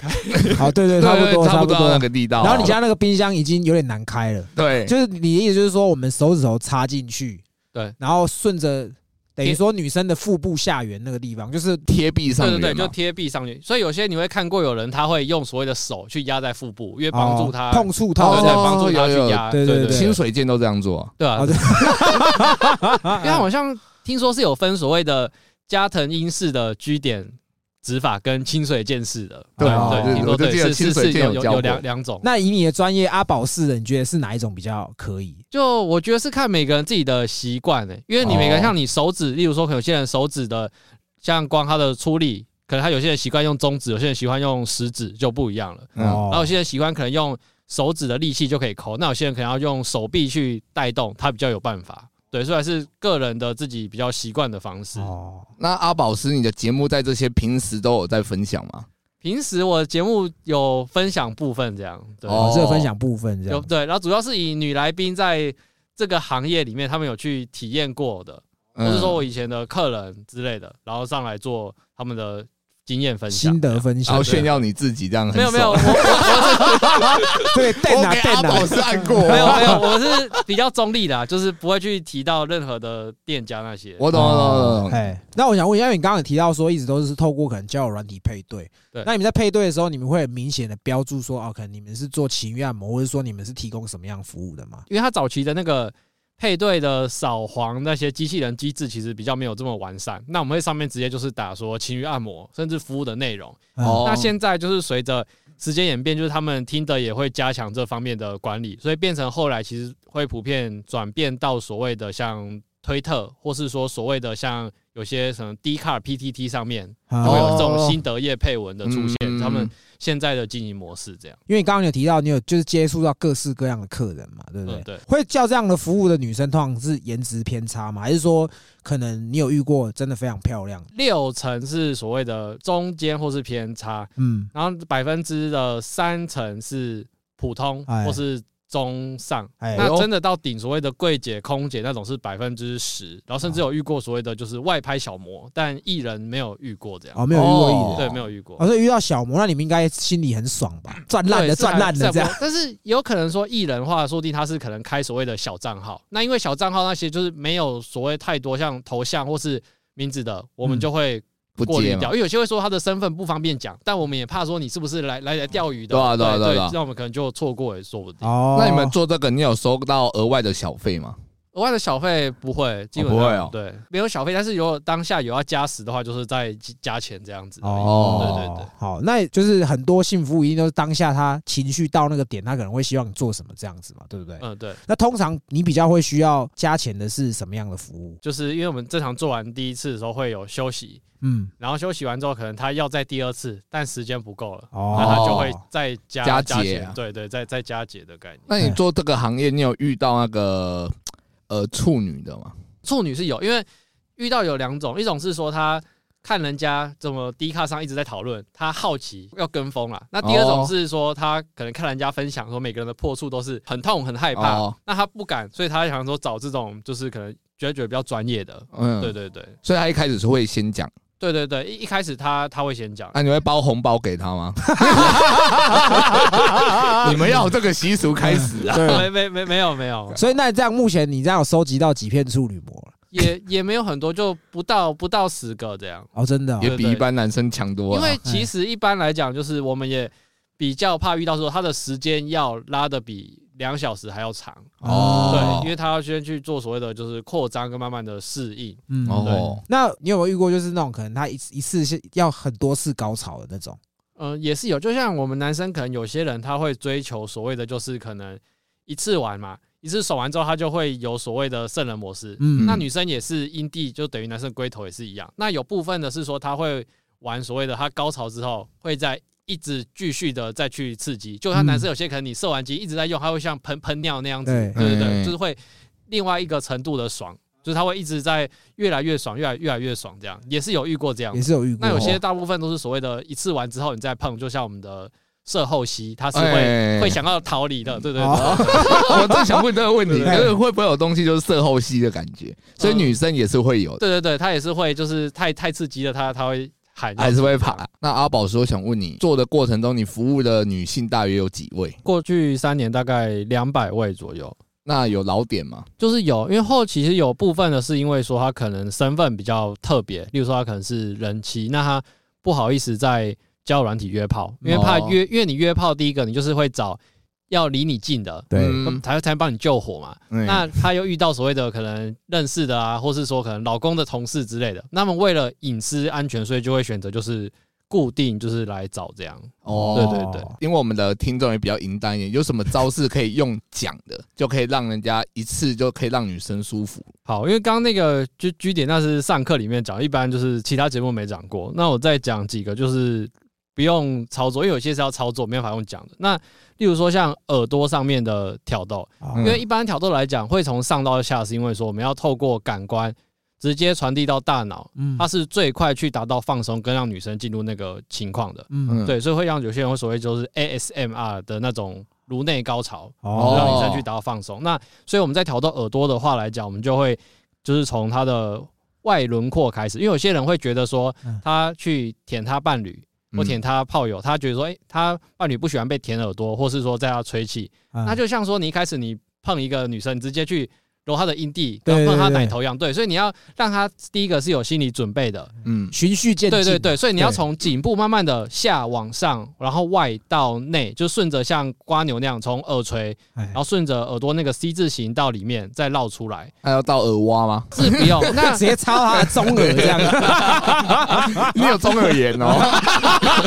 C: 好，对 [laughs] 对，差不多，
A: 差
C: 差
A: 不
C: 不
A: 多
C: 多
A: 那。个力
B: 啊
A: 道哦。
C: 然后你家那个冰箱已经有点难开了，
A: 对，
C: 就是你的意思就是说，我们手指头插进去，
B: 对，
C: 然后顺着等于说女生的腹部下缘那个地方，就是
A: 贴壁上
B: 对对
A: 缘
B: 对，
A: 嘛
B: 就贴壁上去。所以有些你会看过有人他会用所谓的手去压在腹部，因为帮助他
C: 哦碰
B: 对
C: 触
B: 对
C: 到
A: 哦
B: 对帮助
A: 有
B: 他
A: 有
B: 去压，
C: 对对
B: 对
C: 对
A: 清水剑都这样做。
B: 对啊
C: 好的。
B: 因
C: [laughs]
B: 为好像听说是有分所谓的加藤英式的居点指法跟清水剑式的，
A: 对
C: 哦
B: 对，听
A: 我
B: 说
A: 就
B: 对
A: 记得
B: 是
A: 清
B: 是
A: 水
B: 是
A: 剑有
B: 有有
A: 教
B: 有
A: 过
B: 两两种。
C: 那以你的专业阿宝式的，你觉得是哪一种比较可以？
B: 就我觉得是看每个人自己的习惯诶，因为你每个人
A: 哦
B: 像你手指，例如说可能有些人手指的像光他的出力，可能他有些人习惯用中指，有些人习惯用食指就不一样了。
A: 嗯，
C: 哦
B: 然后有些人习惯可能用手指的力气就可以抠，那有些人可能要用手臂去带动，他比较有办法。对，所以还是个人的自己比较习惯的方式。
C: 哦，
A: 那阿宝师，你的节目在这些平时都有在分享吗？
B: 平时我节目有分享部分这样，对，
A: 哦
C: 哦，这个分享部分这
B: 有
C: 样。
B: 对，然后主要是以女来宾在。这个行业里面他们有去体验过的，或
A: 嗯
B: 是说我以前的客人之类的，然后上来做他们的经验分享。
C: 心得分
A: 然
C: 享
A: 后，炫耀你自己这样很
B: 没有没 [laughs] 有，我
A: 爽
C: 对，蛋
A: [laughs]
C: 啊
A: 我给阿
C: 蛋
A: 宝
C: 啊，
A: 是按过，
B: 没有没有，我是
A: [laughs]
B: 比较中立的啊，就是不会去提到任何的店家那些。
A: 我懂我懂我懂，
C: 哎，那我想问一下，因为你刚刚有提到说一直都是透过可能交友软体配对，
B: 对
C: 那你们在配对的时候，你们会很明显的标注说，哦，可能你们是做情欲按摩，或者说你们是提供什么样服务的吗？
B: 因为他早期的那个配对的扫黄那些机器人机制其实比较没有这么完善，那我们会上面直接就是打说情欲按摩，甚至服务的内容。
C: 啊
A: 哦
B: 那现在就是随着时间演变，就是他们听的也会加强这方面的管理，所以变成后来其实会普遍转变到所谓的像推特，或是说所谓的像有些什么 D 卡 PTT 上面，
C: 嗯
B: 会有这
A: 哦
B: 种新德业配文的出现，
A: 嗯
B: 他们现在的经营模式这样。
C: 因为你刚刚有提到，你有就是接触到各式各样的客人嘛，对不对？
B: 嗯对
C: 会叫这样的服务的女生，通常是颜值偏差嘛，还是说可能你有遇过真的非常漂亮？
B: 六成是所谓的中间或是偏差，
C: 嗯，
B: 然后百分之的三成是普通
C: 哎
B: 或是中上，
C: 哎
B: 那真的到顶所谓的柜姐、空姐那种是百分之十，然后甚至有遇过所谓的就是外拍小模，但艺人没有遇过这样，
C: 哦，没有遇过艺人，
B: 对，没有遇过。
C: 哦，所以遇到小魔，那你们应该心里很爽吧？赚烂
B: 对
C: 了，
B: 是啊还
C: 赚烂了，这样
B: 是还不但是有可能说艺人的话，说不定他是可能开所谓的小账号，那因为小账号那些就是没有所谓太多像头像或是名字的，我们
C: 嗯
B: 就会
A: 不
B: 过滤
A: 接嘛
B: 掉，因为有些会说他的身份不方便讲，但我们也怕说你是不是来来来钓鱼的，
A: 对啊对啊对啊
B: 对
A: 对啊啊
B: 那我们可能就错过也说不定。
C: 哦
A: 那你们做这个，你有收到额外的小费吗？
B: 额外的小费不会，基本
A: 不
B: 上、
A: 会哦
B: 对，没有小费，但是如果当下有要加时的话，就是再加钱这样子而已。
A: 哦
B: 哦对对对。
C: 哦好，那就是很多幸福一定都是当下他情绪到那个点，他可能会希望你做什么这样子嘛，对不对？
B: 嗯，对，
C: 那通常你比较会需要加钱的是什么样的服务？
B: 就是因为我们正常做完第一次的时候会有休息，
C: 嗯，
B: 然后休息完之后可能他要再第二次，但时间不够了，
C: 哦
B: 那他就会再加
A: 加节
B: 钱
A: 啊，
B: 对对，再再加节的概念。
A: 那你做这个行业，你有遇到那个呃处女的吗？
B: 处女是有，因为遇到有两种，一种是说他看人家怎么低卡上一直在讨论，他好奇要跟风啦。那第二种
A: 哦
B: 是说他可能看人家分享说每个人的破处都是很痛很害怕，
A: 哦
B: 那他不敢，所以他想说找这种就是可能觉得觉得比较专业的。
A: 嗯，
B: 对。对对
A: 所以他一开始是会先讲，
B: 对对对，一一开始他他会先讲，
A: 啊那、你会包红包给他吗？你们要有这个习俗开始啊！
C: 对。
B: [laughs] 没没没没有没有，
C: 所以那这样目前你这样有收集到几片处女膜了？
B: 也也没有很多，就不到不到十个这样。
C: 哦，真的哦、
A: [laughs] 也比一般男生强多
B: 因
A: 了。
B: 为其实一般来讲，就是我们也比较怕遇到说他的时间要拉的比两小时还要长，
A: 哦
B: 对，因为他要先去做所谓的就是扩张跟慢慢的适应。
C: 嗯
A: 哦，
C: 那你有没有遇过就是那种可能他一次一次是要很多次高潮的那种？
B: 嗯、也是有，就像我们男生可能有些人他会追求所谓的就是可能一次玩嘛，一次爽完之后他就会有所谓的圣人模式。
C: 嗯
B: 那女生也是阴蒂，就等于男生龟头也是一样。那有部分的是说他会玩所谓的他高潮之后会在。一直继续的再去刺激，就像男生有些可能你射完精一直在用，他会像喷喷尿那样子，
C: 对
B: 对对
A: 嗯
B: 对，就是会另外一个程度的爽，就是他会一直在越来越爽，越来越来越爽，这样也是有遇过这样
C: 也。是有遇过。
B: 那
C: 哦
B: 有些大部分都是所谓的一次完之后你再碰，就像我们的射后吸，他是会
A: 哎
B: 会想要逃离的，对对对。
C: 哦
A: [laughs] 我正想问这个问题，
C: 对对对
A: 就是会不会有东西就是射后吸的感觉？所以女生也是会有的，
B: 对对对，他也是会，就是太太刺激了，他他会喊，
A: 还是会爬。那阿宝说想问你，做的过程中你服务的女性大约有几位？
B: 过去三年大概两百位左右，
A: 那有老点吗？
B: 就是有，因为后期是有部分的是因为说他可能身份比较特别，例如说他可能是人妻，那他不好意思在交友软体约炮，因为怕
A: 哦
B: 约，因为你约炮第一个你就是会找要离你近的，
C: 对，
A: 嗯
B: 才才帮你救火嘛。
A: 嗯
B: 那他又遇到所谓的可能认识的啊，或是说可能老公的同事之类的，那么为了隐私安全，所以就会选择就是固定就是来找这样。
A: 哦
B: 对对对
A: 因为我们的听众也比较淫荡一点，有什么招式可以用讲的，就可以让人家一次就可以让女生舒服。
B: 好，因为刚刚那个 G G 点那是上课里面讲，一般就是其他节目没讲过。那我再讲几个就是不用操作，因为有些是要操作，没办法用讲的。那例如说像耳朵上面的挑逗，
C: 哦
B: 因为一般挑逗来讲会从上到下，是因为说我们要透过感官直接传递到大脑，
C: 嗯
B: 它是最快去达到放松跟让女生进入那个情况的。
C: 嗯
A: 嗯，
B: 对，所以会让有些人会所谓就是 ASMR 的那种颅内高潮，
A: 哦
B: 让女生去达到放松。那所以我们在挑动耳朵的话来讲，我们就会就是从它的外轮廓开始，因为有些人会觉得说
C: 嗯，
B: 他去舔他伴侣或舔他炮友，他觉得说，哎，他伴侣不喜欢被舔耳朵，或是说在他吹气，
C: 嗯
B: 那就像说你一开始你碰一个女生，你直接去揉她的阴蒂，
C: 对
B: 跟碰她
C: 对对
B: 奶头一样，对，所以你要让她第一个是有心理准备的，
A: 嗯
C: 循序渐进。
B: 对对对，所以你要
C: 对
B: 从颈部慢慢的下往上，然后外到内，就顺着像瓜牛那样从耳垂，
C: 哎
B: 然，后顺着耳朵那个 C 字形到里面再绕出来，
A: 还要到耳挖吗？
B: 是不用。 [laughs] 那
C: [laughs] 直接插到他的中耳
A: [laughs]
C: 这样。
A: 你有中耳炎哦，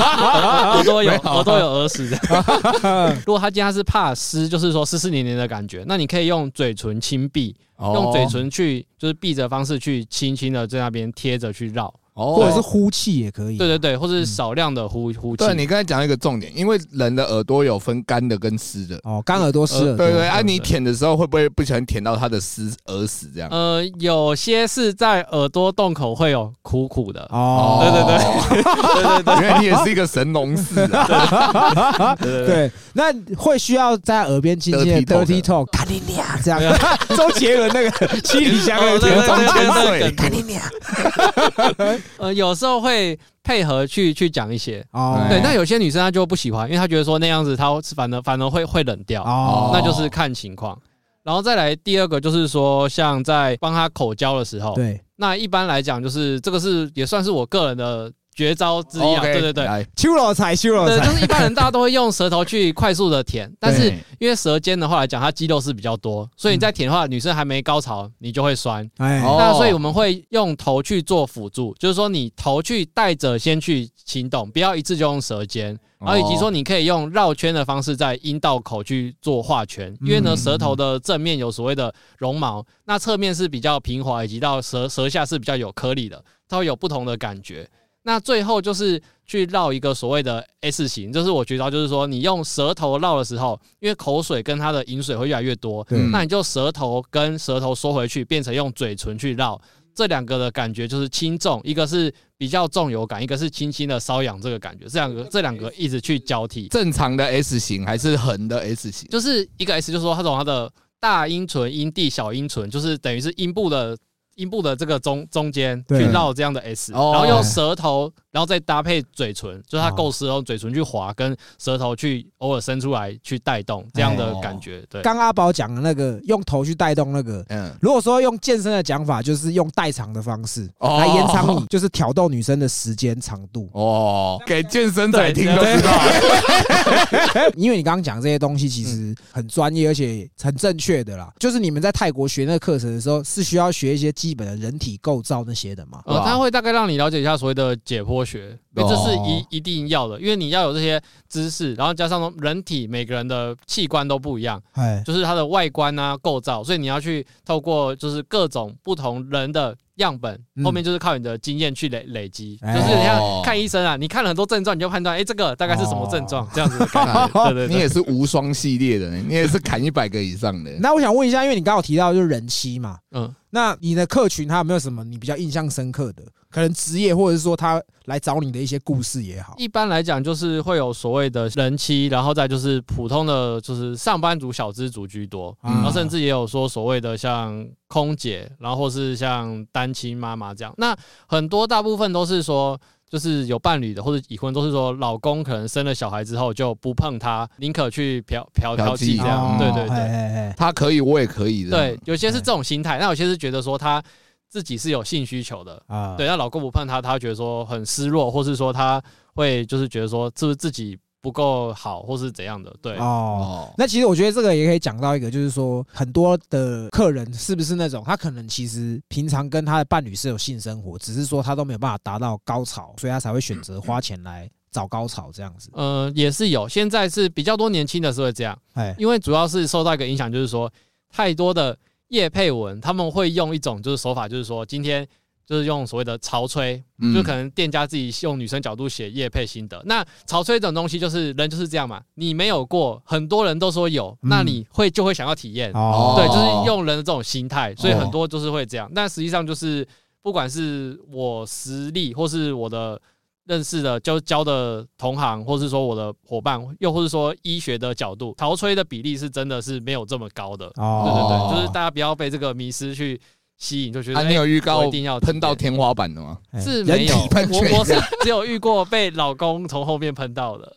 B: 耳朵有
A: 没有啊
B: 耳朵有耳屎的。如果他今天是怕湿，就是说湿湿黏黏的感觉，那你可以用嘴唇轻闭，
A: 哦
B: 用嘴唇去就是闭着方式去轻轻的在那边贴着去绕。
A: 哦，
C: 或者是呼气也可以。
B: 对对对，或是少量的呼呼气
A: 对。你刚才讲一个重点，因为人的耳朵有分干的跟湿的，
C: 哦，干耳朵湿耳
A: 对对，
C: 朵。
A: 啊，你舔的时候会不会不小心舔到他的湿耳屎这样？
B: 呃，有些是在耳朵洞口会有苦苦的，
C: 哦，
A: 对对对对对，原来你也是一个神农氏啊！
C: 对，那会需要在耳边轻轻的
A: Dirty talk
C: dirty talk，干你俩这样。 [laughs] 周杰伦那个七里香那
B: 哦
C: 个
B: 对
C: 田
B: 对
C: 馥甄
B: 对对
A: 水
B: 对对
C: 干你俩。
B: 呃，有时候会配合去去讲一些。
C: 哦，
A: 哎
B: 对，那有些女生她就不喜欢，因为她觉得说那样子她反而反而会会冷掉，
C: 哦，
B: 那就是看情况。然后再来第二个就是说，像在帮她口交的时候，
C: 对
B: 那一般来讲就是这个是也算是我个人的绝招之一啊。
A: OK，
B: 对对对，
A: 来
C: 修罗才修罗
B: 对，
C: 才。
B: 就是一般人大家都会用舌头去快速
A: [laughs]
B: 的舔，但是
A: 对嗯
B: 因为舌尖的话来讲，它肌肉是比较多，所以你在舔的话，女生还没高潮，你就会酸。
C: 哎，
A: 哦
B: 那所以我们会用头去做辅助，就是说你头去带着先去行动，不要一次就用舌尖，
A: 哦
B: 然后以及说你可以用绕圈的方式在阴道口去做画圈，因为呢
C: 嗯
B: 舌头的正面有所谓的绒毛，那侧面是比较平滑，以及到舌舌下是比较有颗粒的，它会有不同的感觉。那最后就是去绕一个所谓的 S 型，就是我觉得就是说你用舌头绕的时候，因为口水跟它的饮水会越来越多，
A: 嗯
C: 对
B: 那你就舌头跟舌头缩回去，变成用嘴唇去绕，这两个的感觉就是轻重，一个是比较重有感，一个是轻轻的瘙痒这个感觉，这两个这两个一直去交替，
A: 正常的 S 型还是横的 S 型？
B: 就是一个 S 就是说它从它的大阴唇、阴蒂、小阴唇，就是等于是阴部的阴部的这个中中间去
C: 对
B: 绕这样的 S，
A: 哦
B: 然后用舌头，然后再搭配嘴唇，就是它构思用嘴唇去划，跟舌头去偶尔伸出来去带动这样的感觉，对。
C: 刚阿宝讲的那个用头去带动那个。
A: 嗯，
C: 如果说用健身的讲法，就是用代偿的方式
A: 哦
C: 来延长你，就是挑逗女生的时间长
A: [laughs]
C: 度。
A: 哦，给健身仔听都知道。
C: 哎因为你刚刚讲这些东西其实很专业，而且很正确的啦。就是你们在泰国学那个课程的时候，是需要学一些基本的人体构造那些的嘛？
B: 呃，
A: 哇
B: 他会大概让你了解一下所谓的解剖学，因为这是
A: 哦
B: 一一定要的，因为你要有这些知识，然后加上人体每个人的器官都不一样，
C: 哎，
B: 就是它的外观啊构造，所以你要去透过就是各种不同人的样本，
C: 嗯
B: 后面就是靠你的经验去累累积，
C: 哎
B: 就是你
A: 哦
B: 像看医生啊，你看了很多症状，你就判断，哎、这个大概是什么症状，这样子的感
A: [laughs]
B: 觉，对对
A: 哦你
B: 对。
A: 也是无双系列的，你也是砍一百个以上的。
C: 那我想问一下，因为你刚刚有提到就是人妻嘛，
B: 嗯，
C: 那你的客群他有没有什么你比较印象深刻的？可能职业，或者是说他来找你的一些故事也好。
B: 一般来讲就是会有所谓的人妻，然后再就是普通的就是上班族、小资族居多，
C: 嗯
B: 然后甚至也有说所谓的像空姐，然后或是像单亲妈妈这样。那很多大部分都是说，就是有伴侣的或者已婚，都是说老公可能生了小孩之后就不碰她，宁可去嫖嫖
A: 嫖
B: 嫖
A: 妓
B: 妓这样。
A: 哦
B: 对对
C: 哎
B: 对
C: 哎哎
A: 他可以，我也可以的。
B: 对，，有些是这种心态，那有些是觉得说她自己是有性需求的，
C: 啊，
B: 对，那老公不碰她，她觉得说很失落，或是说她会就是觉得说是不是自己不够好，或是怎样的？对，
C: 哦。
A: 哦，
C: 那其实我觉得这个也可以讲到一个，就是说很多的客人是不是那种他可能其实平常跟他的伴侣是有性生活，只是说他都没有办法达到高潮，所以他才会选择花钱来找高潮这样子。
B: 嗯、也是有，现在是比较多年轻的是会这样，
C: 哎，
B: 因为主要是受到一个影响，就是说太多的叶配文，他们会用一种就是手法，就是说今天。就是用所谓的潮吹，
A: 嗯
B: 就可能店家自己用女生角度写叶配心得。那潮吹这种东西，就是人就是这样嘛，你没有过，很多人都说有，那
C: 嗯
B: 你会就会想要体验。
C: 哦，
B: 对，就是用人的这种心态，
A: 哦
B: 所以很多就是会这样。但实际上就是，不管是我实力或是我的认识的就交的同行，或是说我的伙伴，又或是说医学的角度，潮吹的比例是真的是没有这么高的。对对
C: 哦，
B: 对，就是大家不要被这个迷失去吸引，就觉得
A: 啊，你有预
B: 哎我
A: 告
B: 一定要
A: 喷到
B: 体
A: 天花板的吗？
C: 哎
B: 验是
A: 人
B: 没有
A: 体喷，泉
B: 我我是 [laughs] 只有遇过被老公从后面喷到的，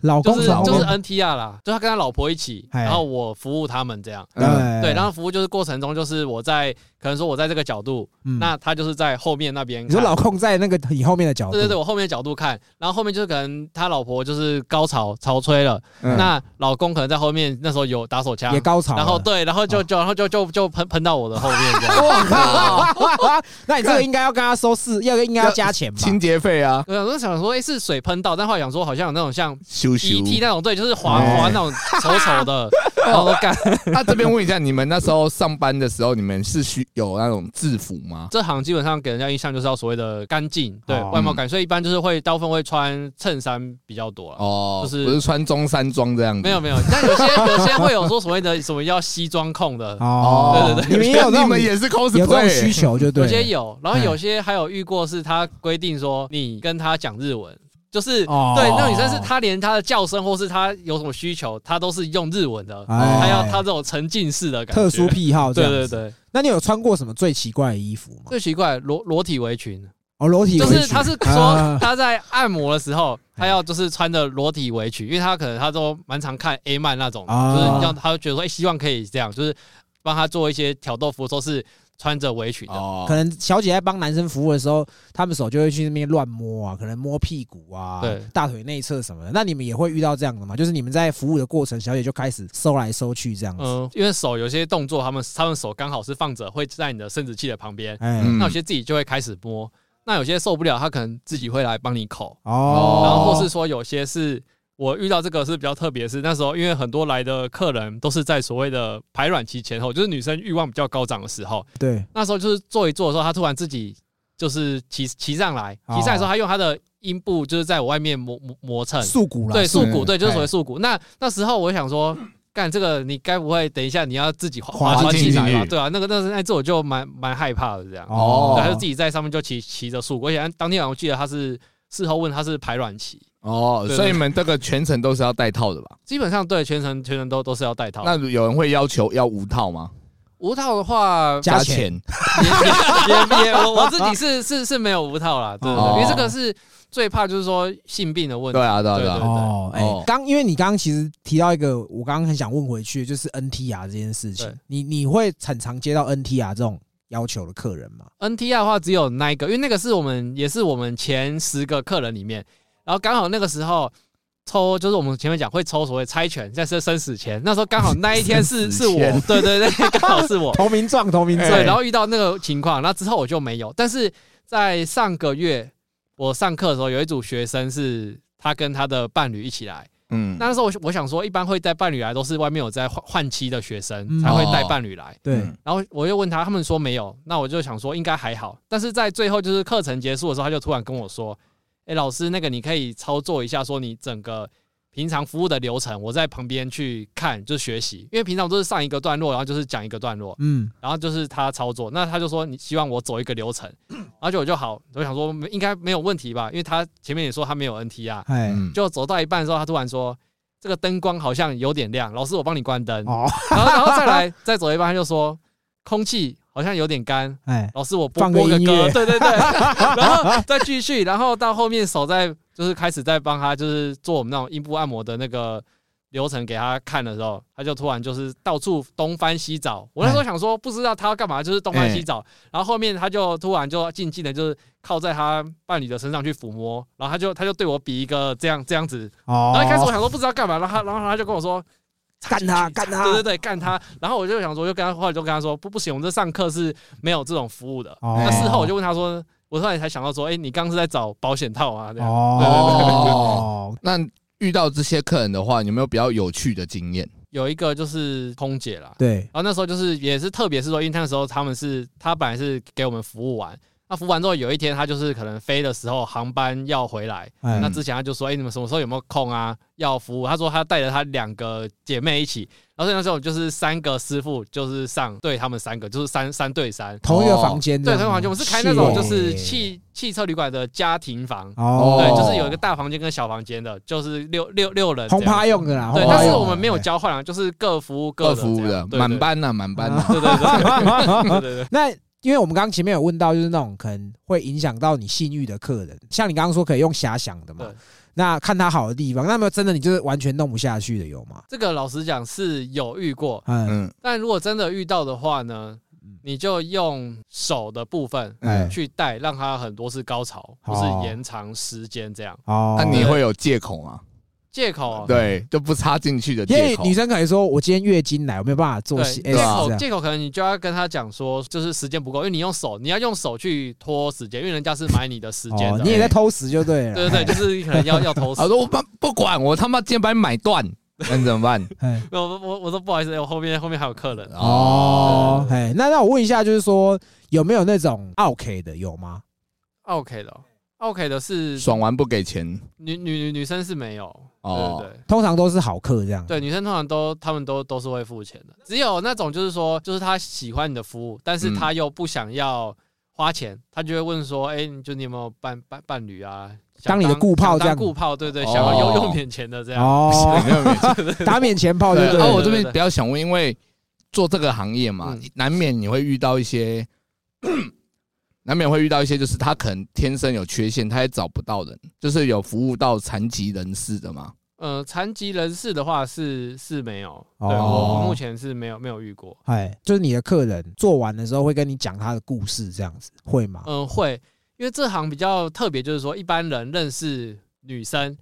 C: 老
B: 就
C: 公
B: 是
A: 老哦公
B: 就是 NTR 啦，就他跟他老婆一起，
C: 哎
B: 然后我服务他们这样。
A: 嗯，
C: 对
B: 对，然后服务就是过程中，就是我在可能说我在这个角度，
C: 嗯
B: 那他就是在后面那边。
C: 你说老公在那个你后面的角度，
B: 对对对，我后面的角度看，然后后面就是可能他老婆就是高潮潮吹了，
A: 嗯
B: 那老公可能在后面那时候有打手枪
C: 也，高潮了，哦
B: 然后
C: [laughs]
B: 对，然后就就然后就就就喷喷到我的后面这样。
C: 我靠！那你这个应该要跟他收四，要应该要加钱吧？
A: 清洁费啊，
B: 对，我就想说，哎、是水喷到，但后来想说，好像有那种像
A: 羞羞。
B: ET 那种，对，就是滑
A: 哎
B: 滑那种丑丑
C: [laughs]
B: 的，然后干，
A: 那这边问一下，你们那时候上班的时候，你们是需有那种制服吗？
B: 这行基本上给人家印象就是要所谓的干净，对、
C: 哦
B: 外貌感，所以一般就是会大部分会穿衬衫比较多啊。
A: 哦，
B: 就是
A: 不是穿中山装这样子？
B: [laughs] 没有没有，但
C: [laughs]
B: 有些有些会有说所谓的什么要西装控的，
C: 哦，
B: 对
C: 你们也有那
A: 你
C: 种
A: 们
C: 有
A: 也是 cosplay，
C: 这种需求，就对
B: 有
C: 了。
B: 些有，然后
C: 哎
B: 有些还有遇过是他规定说你跟他讲日文，就是、
C: 哦
B: 对那种女生是她连她的叫声或是她有什么需求，她都是用日文的，
C: 哎
B: 她要她这种沉浸式的感觉。
C: 特殊癖好，这
B: 对
C: 样
B: 对
C: 子。
B: 对，
C: 那你有穿过什么最奇怪的衣服吗？
B: 最奇怪裸裸体围裙，
C: 哦，裸体
B: 就
C: 围裙
B: 是他是说
C: 啊
B: 他在按摩的时候，他要就是穿着裸体围裙，因为他可能他都蛮常看 A 漫那种，
C: 啊
B: 就是让他觉得说，哎，希望可以这样，就是帮他做一些挑逗服，都是穿着围裙的。
A: 哦
C: 可，能小姐在帮男生服务的时候，他们手就会去那边乱摸啊，可能摸屁股啊，
B: 对
C: 大腿内侧什么的。那你们也会遇到这样的吗？就是你们在服务的过程，小姐就开始收来收去这样子。
B: 嗯，因为手有些动作，他们他们手刚好是放着，会在你的生殖器的旁边，
C: 哎，
A: 嗯
B: 那有些自己就会开始摸，那有些受不了，他可能自己会来帮你口，
C: 哦，
B: 然后或是说有些是。呃我遇到这个是比较特别，是那时候因为很多来的客人都是在所谓的排卵期前后，就是女生欲望比较高涨的时候，
C: 对，
B: 那时候就是坐一坐的时候，他突然自己就是骑骑上来，
C: 哦
B: 骑上来的时候，他用他的阴部就是在我外面磨磨磨蹭，
C: 束骨啦，
B: 对，束骨，
A: 嗯
B: 对，就是所谓束骨。那那时候我想说，干这个你该不会等一下你要自己
A: 滑
B: 划船
A: 进
B: 起来
A: 去
B: 吧？对啊，那个那是那次我就蛮蛮害怕的这样，
A: 哦
B: 对，他就自己在上面就骑骑着束骨，而且当天晚上我记得他是事后问他是排卵期。
A: 哦，
B: 对
A: 所以你们这个全程都是要戴套的吧？
B: 基本上对全程全程都都是要戴套。
A: 那有人会要求要无套吗？
B: 无套的话，
C: 加钱，
B: 也也也， [laughs] 我我自己是是是没有无套啦，对对
A: 哦
B: 对，因为这个是最怕就是说性病的问题
A: 对。啊，对啊，对
B: 对
A: 啊
B: 对。
C: 哦，哎、
A: 哦
C: 刚因为你刚刚其实提到一个，我刚刚很想问回去，就是 NTR 这件事情
B: 对，
C: 你你会很常接到 NTR 这种要求的客人吗？
B: NTR 的话只有那一个，因为那个是我们也是我们前十个客人里面，然后刚好那个时候抽就是我们前面讲会抽所谓猜拳，在生生死前，那时候刚好那一天
A: 生 [laughs]
B: 是
A: 死
B: 是我
A: 前，
B: 对对对，刚好是我，
C: 投名状，投名状，
B: 对，然后遇到那个情况，那之后我就没有。但是在上个月我上课的时候，有一组学生是他跟他的伴侣一起来。
A: 嗯，
B: 那时候我我想说，一般会带伴侣来，都是外面有在换换妻的学
C: 嗯
B: 生才会带伴侣来。
C: 对
A: 嗯
B: 然后我又问他，他们说没有，那我就想说应该还好。但是在最后就是课程结束的时候，他就突然跟我说：“哎，老师，那个你可以操作一下，说你整个平常服务的流程，我在旁边去看，就学习。因为平常都是上一个段落，然后就是讲一个段落，
C: 嗯，
B: 然后就是他操作，那他就说你希望我走一个流程，然后就我就好，我想说应该没有问题吧，因为他前面也说他没有 NT 啊，
C: 哎、
A: 嗯
B: 就走到一半的时候，他突然说这个灯光好像有点亮，老师我帮你关灯，
C: 哦，
B: 然后然后再来再走一半他就说空气好像有点干，
C: 哎，
B: 老师我播
C: 放个
B: 播个
C: 音
B: 歌
C: 乐，
B: 对对对，
C: [laughs]
B: 然后再继续，然后到后面手在就是开始在帮他就是做我们那种阴部按摩的那个流程给他看的时候，他就突然就是到处东翻西找。我那时候想说不知道他要干嘛，就是东翻西
C: 哎
B: 找，然后后面他就突然就静静的就是靠在他伴侣的身上去抚摸，然后他就他就对我比一个这样这样子，
C: 哦，
B: 然后一开始我想说不知道干嘛，然后他然后他就跟我说。
C: 干他，干他，
B: 对对对，干他！然后我就想说，就跟他后来就跟他说，不不行，我们这上课是没有这种服务的。
C: 哦
B: 那事后我就问他说，我突然才想到说，哎、你刚刚是在找保险套啊？这样 [laughs]
C: 哦，
A: 那遇到这些客人的话，有没有比较有趣的经验？
B: 有一个就是空姐啦，
C: 对
B: 然后那时候就是也是特别是说，因为那时候他们是他本来是给我们服务完，那服完之后，有一天他就是可能飞的时候航班要回来，
A: 嗯
C: 哎
B: 那之前他就说：“哎、你们什么时候有没有空啊？要服务。”他说他带着他两个姐妹一起，然后所以那时候就是三个师傅，就是上对他们三个，就是三三对三，
C: 同一个房间这
B: 对，
C: 样吗，
B: 同房间。我们是开那
A: 哦
B: 种就
C: 谢
B: 是汽汽车旅馆的家庭房，
C: 哦，
B: 对，就是有一个大房间跟小房间的，就是六六六人这
C: 轰
B: 样
C: 趴用的哎啦，
B: 对，
A: 轰趴哦
B: 但是
A: 用
B: 我们没有
C: 教。
B: 交换啊，就是各服务
A: 各
B: 的
A: 服务
B: 这
A: 的
B: 样对
A: 满班呐，满班啊呐。
B: 对对
A: [laughs]
B: 对对对对，
C: 那因为我们刚刚前面有问到，就是那种可能会影响到你信誉的客人，像你刚刚说可以用遐想的嘛
B: 对，
C: 那看他好的地方，那有没有真的你就是完全弄不下去的有吗？
B: 这个老实讲是有遇过，
C: 嗯，
A: 嗯
B: 但如果真的遇到的话呢，你就用手的部分
C: 哎
A: 嗯，
B: 去带，让它很多次高潮，
C: 哦
B: 就是延长时间这样。
C: 哦，
A: 那你会有借口吗？
B: 借口啊
A: 对，就不插进去的
C: 因为
A: 借口。
C: 女生可能说我今天月经来，我没有办法做哎
B: 对
C: S
B: 借
A: 对
C: S
A: 啊
C: 这
B: 口
C: 样，
B: 借口可能你就要跟他讲说，就是时间不够，因为你用手，你要用手去拖时间，因为人家是买你的时间
C: 哦，
B: 的。哎
C: 你也在偷食就对了，
B: 对
C: [laughs]
B: 对对，就是可能要要偷时
A: 他说我不不管，我他妈今天把你买断，那你怎么办？
C: 哎。
B: 我我我说不好意思，我后面后面还有客人。
C: 哦，哎，那那我问一下，就是说有没有那种 OK 的有吗？
B: 啊 OK 的，OK 的是
A: 爽完不给钱
B: 女女女女生是没有，对
A: 哦
B: 对对。
C: 通常都是好客这样。
B: 对，女生通常都，她们都都是会付钱的。只有那种就是说，就是她喜欢你的服务，但是她
C: 嗯
B: 又不想要花钱，她就会问说：“哎、你就你有没有伴伴伴侣啊？想
C: 当你的顾炮
B: 想
C: 这样
B: 当顾炮，对对，
A: 哦
B: 想要用用免钱的这样。
C: 哦，
B: [laughs]
A: 没有没有
C: 打免钱炮就
A: 哦对，
B: 啊
C: 对
A: 然后
C: 了。
A: 我这边比较想问，因为做这个行业嘛
B: 嗯，
A: 难免你会遇到一些， [clears throat] 难免会遇到一些，就是他可能天生有缺陷，他也找不到人，就是有服务到残疾人士的嘛。
B: 呃，残疾人士的话是是没有，对
C: 哦
B: 我目前是没有没有遇过。
C: 哎，就是你的客人做完的时候会跟你讲他的故事，这样子会吗？
B: 嗯、会，因为这行比较特别，就是说一般人认识女生。
A: 嗯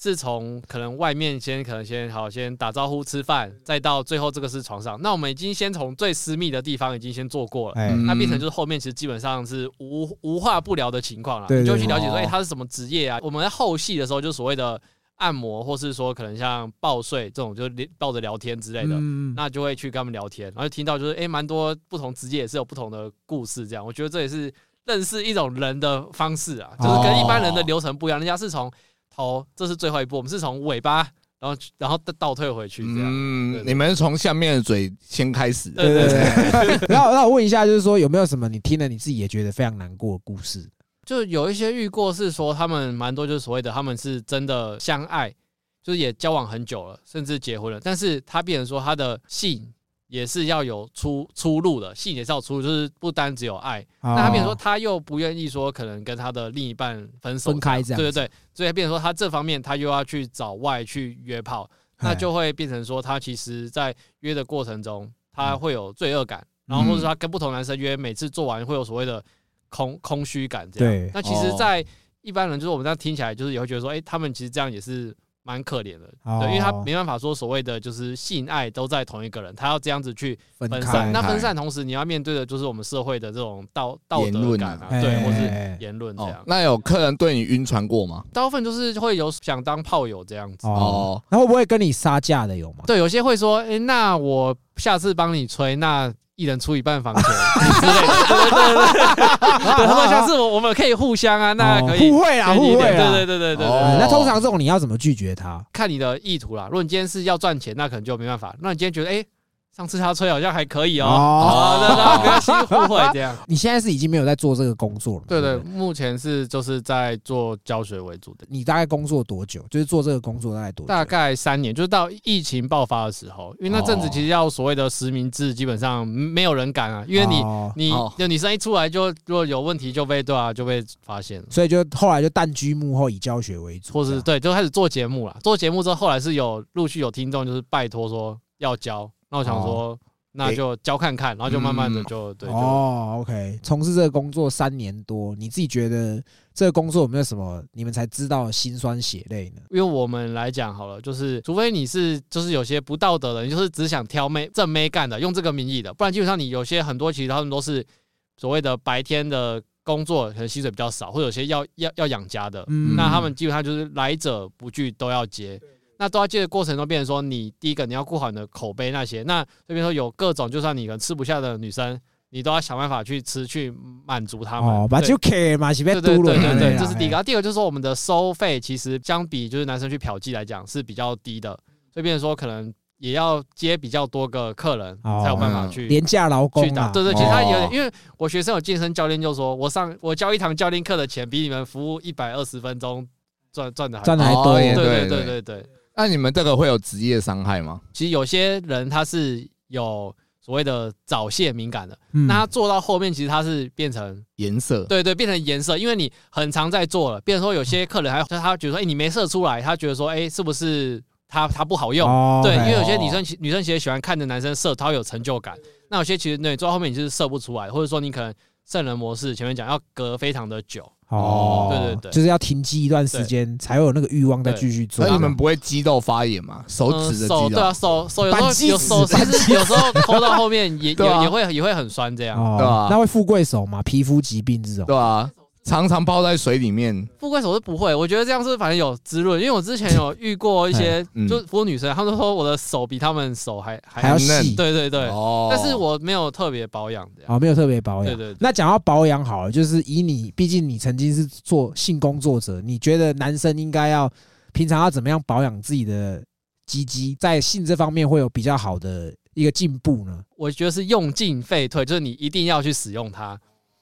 B: 是从可能外面先可能先好先打招呼吃饭，再到最后这个是床上。那我们已经先从最私密的地方已经先做过了，
C: 哎，
A: 嗯
B: 那变成就是后面其实基本上是无无话不聊的情况了。
C: 对对
B: 你就会去了解
A: 对
B: 说，哎、
A: 哦
B: 他是什么职业啊？我们在后戏的时候，就所谓的按摩，或是说可能像抱睡这种，就是连抱着聊天之类的。
C: 嗯，
B: 那就会去跟他们聊天，然后就听到就是诶，蛮、多不同职业也是有不同的故事，这样我觉得这也是认识一种人的方式啊，就是跟一般人的流程不一样，人家是从头，这是最后一步，我们是从尾巴，然后然后倒退回去这样。对
A: 嗯，
B: 对
A: 你们是从下面的嘴先开始的，
C: 对
B: 对
C: 对
B: 对
C: 对。 [laughs] 然后，那我问一下，就是说有没有什么你听了你自己也觉得非常难过的故事？
B: 就有一些遇过是说他们蛮多就是所谓的他们是真的相爱，就是也交往很久了，甚至结婚了，但是他变成说他的性也是要有出出路的，性也是要有出路，就是不单只有爱。那他变成说
C: 哦
B: 他又不愿意说可能跟他的另一半分手
C: 分开这样子
B: 对对对，所以他变成说他这方面他又要去找外去约炮，
C: 哎
B: 那就会变成说他其实在约的过程中他
C: 嗯
B: 会有罪恶感，然后或者说他跟不同男生约，每次做完会有所谓的空空虚感这样。
C: 对
B: 那其实
A: 哦，
B: 在一般人就是我们这样听起来，就是也会觉得说，哎、他们其实这样也是蛮可怜的，
C: 哦
B: 对，因为他没办法说所谓的就是性爱都在同一个人，他要这样子去
C: 分
B: 分
C: 开
B: 散。那分散同时，你要面对的就是我们社会的这种道道
A: 言
B: 德
A: 论
B: 感
A: 啊
B: 啊，
C: 哎
B: 对，或
C: 哎
B: 是
C: 哎
B: 言论这
A: 哦
B: 样，。
A: 那有客人对你晕船过吗？
B: 大部分就是会有想当炮友这样子。
C: 哦，
A: 哦，
C: 那会不会跟你杀价的有吗？
B: 对，有些会说，哎，那我下次帮你吹，那一人出一半房钱之类的。对对对对 [laughs] 对，对他说下次我我们可以互相啊，那
C: 哦
B: 可以
C: 互惠啦，
B: 给你一
C: 互惠
B: 点
C: 啦。
B: 对对对对对对。
A: 哦
C: 哎那通常这种你要怎么拒绝他？
B: 看你的意图啦。如果你今天是要赚钱，那可能就没办法。那你今天觉得，哎、上次他吹好像还可以哦，
C: 哦
B: 哦，那
C: [laughs]
B: 那不要心互惠这样。
C: 你现在是已经没有在做这个工作了嘛，
B: 对对，
C: 不。
B: 目前是就是在做教学为主的，
C: 你大概工作多久？就是做这个工作大概多久？
B: 大概三年，就是到疫情爆发的时候，因为那阵子
A: 哦
B: 其实要所谓的实名制，基本上没有人敢啊，因为你、
C: 哦
B: 你
A: 哦
B: 就女生一出来就如果有问题就被对啊就被发现了。
C: 所以就后来就淡居幕后，以教学为主，
B: 或是对，就开始做节目了。做节目之后，后来是有陆续有听众就是拜托说要教，那我想说、那就教看看，然后就慢慢的
A: 嗯
B: 就、
C: 这
B: 对
C: 样
B: 就、
C: 哦，OK，从事这个工作三年多，你自己觉得这个工作有没有什么你们才知道的辛酸血泪呢？
B: 因为我们来讲好了，就是除非你是就是有些不道德的，你就是只想挑妹正妹干的，用这个名义的，不然基本上你有些很多其实他们都是所谓的白天的工作，可能薪水比较少，或者有些要要要养家的，
C: 嗯
B: 那他们基本上就是来者不拒都要接。那都要接的过程中，变成说你第一个你要顾好你的口碑那些。那这边说有各种，就算你可能吃不下的女生，你都要想办法去吃去满足他们。
C: 哦，把
B: 对
C: 就 K 嘛，是被
B: 对对
C: 嘟噜
B: 对
C: 的
B: 对
C: 那
B: 对，
C: 样
B: 这是第一个。。啊第二个就是说，我们的收费其实相比就是男生去嫖妓来讲是比较低的，所以变成说可能也要接比较多个客人
C: 哦
B: 才有办法
A: 嗯
C: 嘿
B: 去。
C: 廉价劳工
B: 去打
C: 啊，
B: 对对，其实他有
A: 哦
B: 点，因为我学生有健身教练就说，我上我教一堂教练课的钱比你们服务一百二十分钟赚赚的还
C: 赚的还多。
A: 哦也对
B: 对
A: 对
B: 对对对对。
A: 那你们这个会有职业伤害吗？
B: 其实有些人他是有所谓的早泄敏感的，
C: 嗯
B: 那他做到后面其实他是变成
A: 颜色，
B: 对对，变成颜色，因为你很常在做了，变成说有些客人还他觉得说，哎、你没射出来，他觉得说，哎、是不是他他不好用？
C: 哦
B: 对，因
C: OK
B: 为有些女生其女生其实喜欢看着男生射，她会有成就感。那有些其实对做到后面你就是射不出来，或者说你可能圣人模式前面讲要隔非常的久，
C: 哦，
B: 对对对
C: 就是要停机一段时间，才会有那个欲望再继续做
A: 所以。你们不会肌肉发炎吗？啊手
B: 嗯
A: 指的
B: 手
A: 肌
B: 对
A: 肉
B: 啊，，手手有时
C: 扳
B: 候
C: 机
B: 有
C: 指
B: 手其实有时候抠到后面也
A: 对
B: 也
A: 啊
B: 也会也会很酸这样。
C: 哦
A: 对啊
C: 那会富贵手嘛？皮肤疾病这种，
A: 对啊，常常泡在水里面，
B: 富贵手是不会，我觉得这样是反正有滋润，因为我之前有遇过一些
A: 嗯
B: 就是服务女生，她们说我的手比她们手还还
C: 还要
A: 嫩
C: 细
B: 对对对，
A: 哦，
B: 但是我没有特别保养这样。
C: 哦，没有特别保
B: 对
C: 养。
B: 对对，
C: 那讲到保养好了，就是以你，毕竟你曾经是做性工作者，你觉得男生应该要平常要怎么样保养自己的鸡鸡，在性这方面会有比较好的一个进步呢？
B: 我觉得是用进废退，就是你一定要去使用它。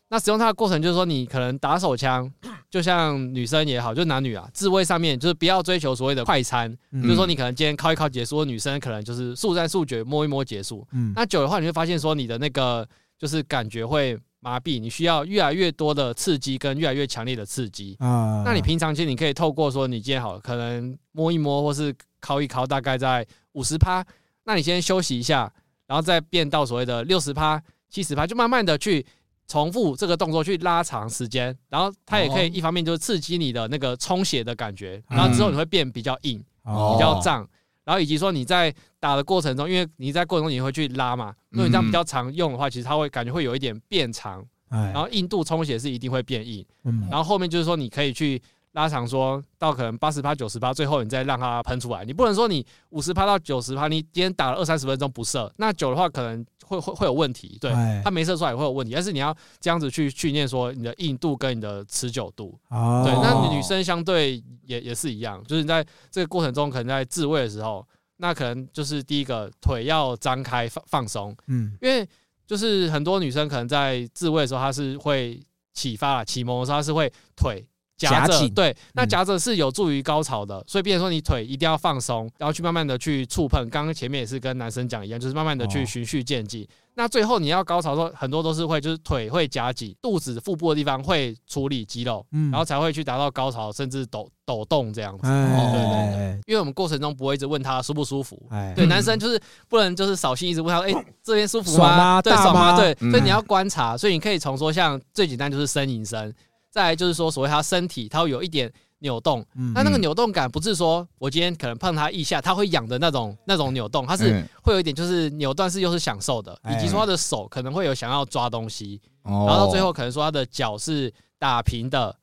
B: 那使用它的过程就是说，你可能打手枪，就像女生也好，就男女啊，自慰上面就是不要追求所谓的快餐，
C: 嗯
B: 就是说你可能今天靠一靠结束，女生可能就是速战速决，摸一摸结束。
C: 嗯，
B: 那久的话，你会发现说你的那个就是感觉会麻痹，你需要越来越多的刺激跟越来越强烈的刺激。
A: 嗯
C: 啊
B: 那你平常其实你可以透过说你今天好了，可能摸一摸或是敲一敲，大概在五十趴，那你先休息一下，然后再变到所谓的六十趴、七十趴，就慢慢的去。重复这个动作去拉长时间，然后它也可以
A: 哦
B: 一方面就是刺激你的那个充血的感觉，然后之后你会变比较硬，比
A: 嗯哦
B: 较胀，然后以及说你在打的过程中，因为你在过程中你会去拉嘛，如果你这样
A: 嗯
B: 比较常用的话，其实它会感觉会有一点变长，
C: 哎
B: 然后硬度充血是一定会变硬，
C: 嗯
B: 然后后面就是说你可以去拉长说，到可能八十趴、九十趴，最后你再让它喷出来，你不能说你五十趴到九十趴，你今天打了二三十分钟不射，那久的话可能会会会有问题，对。
C: 哎
B: 它没射出来也会有问题，但是你要这样子去训练说你的硬度跟你的持久度，
C: 哦
B: 对，那女生相对也也是一样，就是你在这个过程中，可能在自慰的时候，那可能就是第一个腿要张开放放松，
C: 嗯
B: 因为就是很多女生可能在自慰的时候，她是会启发啦，启蒙的时候她是会腿夹
C: 夹
B: 着，
C: 紧嗯
B: 对，那夹着是有助于高潮的，所以变成说你腿一定要放松，然后去慢慢的去触碰。刚刚前面也是跟男生讲一样，就是慢慢的
C: 哦
B: 去循序渐进。那最后你要高潮的时候，很多都是会就是腿会夹紧，肚子腹部的地方会处理肌肉，
C: 嗯啊
B: 然后才会去达到高潮，甚至抖抖动这样子。
C: 哎
B: 因为我们过程中不会一直问他舒不舒服，
C: 哎
B: [laughs] 对，
A: 嗯
B: 男生就是不能就是扫兴一直问他，
C: [laughs]
B: 哎、这边舒服
C: 爽
B: 吗？
C: 吗
B: 对，
C: 大
B: 爽
C: 吗
B: 吗？对，
A: 嗯
B: 所以你要观察，所以你可以从说像最简单就是呻吟声，再来就是说所谓他身体他会有一点扭动，
C: 嗯
B: 那那个扭动感不是说我今天可能碰他一下他会痒的那种那种扭动，它是
A: 嗯
B: 会有一点就是扭断是又是享受
C: 哎
B: 的，以及说他的手可能会有想要抓东西，
A: 哦
B: 然后到最后可能说他的脚是打平的，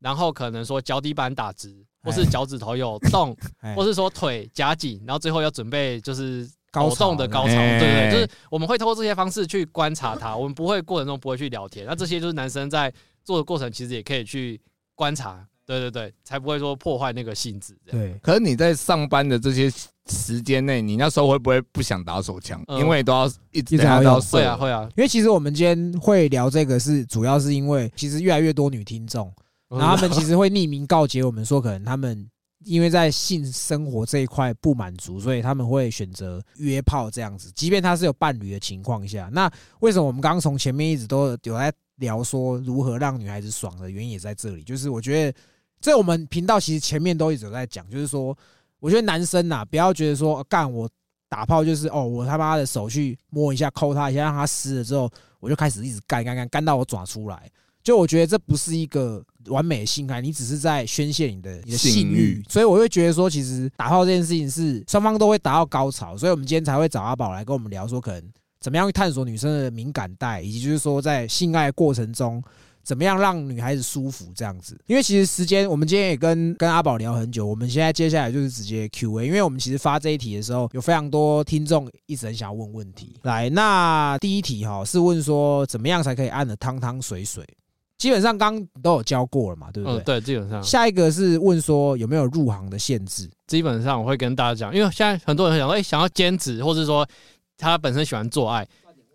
B: 然后可能说脚底板打直，或是
C: 哎
B: 脚趾头有动。
C: 哎
B: 或是说腿夹紧，然后最后要准备就是
C: 高
B: 抖
C: 潮
B: 动的高潮，
A: 哎
B: 对对，就是我们会通过这些方式去观察它，我们不会过程中不会去聊天，那这些就是男生在做的过程，其实也可以去观察，对对对，才不会说破坏那个性质这样。
C: 对
A: 可是你在上班的这些时间内，你那时候会不会不想打手枪？
B: 嗯
A: 因为都要一直
C: 一直
A: 等下
C: 要
A: 都要
C: 用
A: 射
B: 会啊会啊，
C: 因为其实我们今天会聊这个是主要是因为其实越来越多女听众，
B: 哦
C: 然后他们其实会匿名告诫我们说，可能他们因为在性生活这一块不满足，所以他们会选择约炮这样子，即便他是有伴侣的情况下。那为什么我们刚刚从前面一直都有在聊说如何让女孩子爽的原因也在这里，就是我觉得这我们频道其实前面都一直有在讲，就是说，我觉得男生呐、不要觉得说呃干我。打炮就是哦，我他妈的手去摸一下、抠他一下，让他湿了之后，我就开始一直干干干干到我爪出来。就我觉得这不是一个完美的性爱，你只是在宣泄你的你的性
A: 性
C: 欲
A: 欲，
C: 所以我会觉得说，其实打炮这件事情是双方都会达到高潮，所以我们今天才会找阿宝来跟我们聊说，可能怎么样去探索女生的敏感带，以及就是说在性爱过程中怎么样让女孩子舒服这样子。因为其实时间，我们今天也跟跟阿宝聊很久，我们现在接下来就是直接 Q A，因为我们其实发这一题的时候，有非常多听众一直很想要问问题。来，那第一题哈、是问说怎么样才可以按的汤汤水水，基本上刚刚都有教过了嘛，对不对？
B: 嗯，对，基本上
C: 下一个是问说有没有入行的限制？
B: 基本上我会跟大家讲，因为现在很多人想说，哎、想要兼职，或是说他本身喜欢做爱。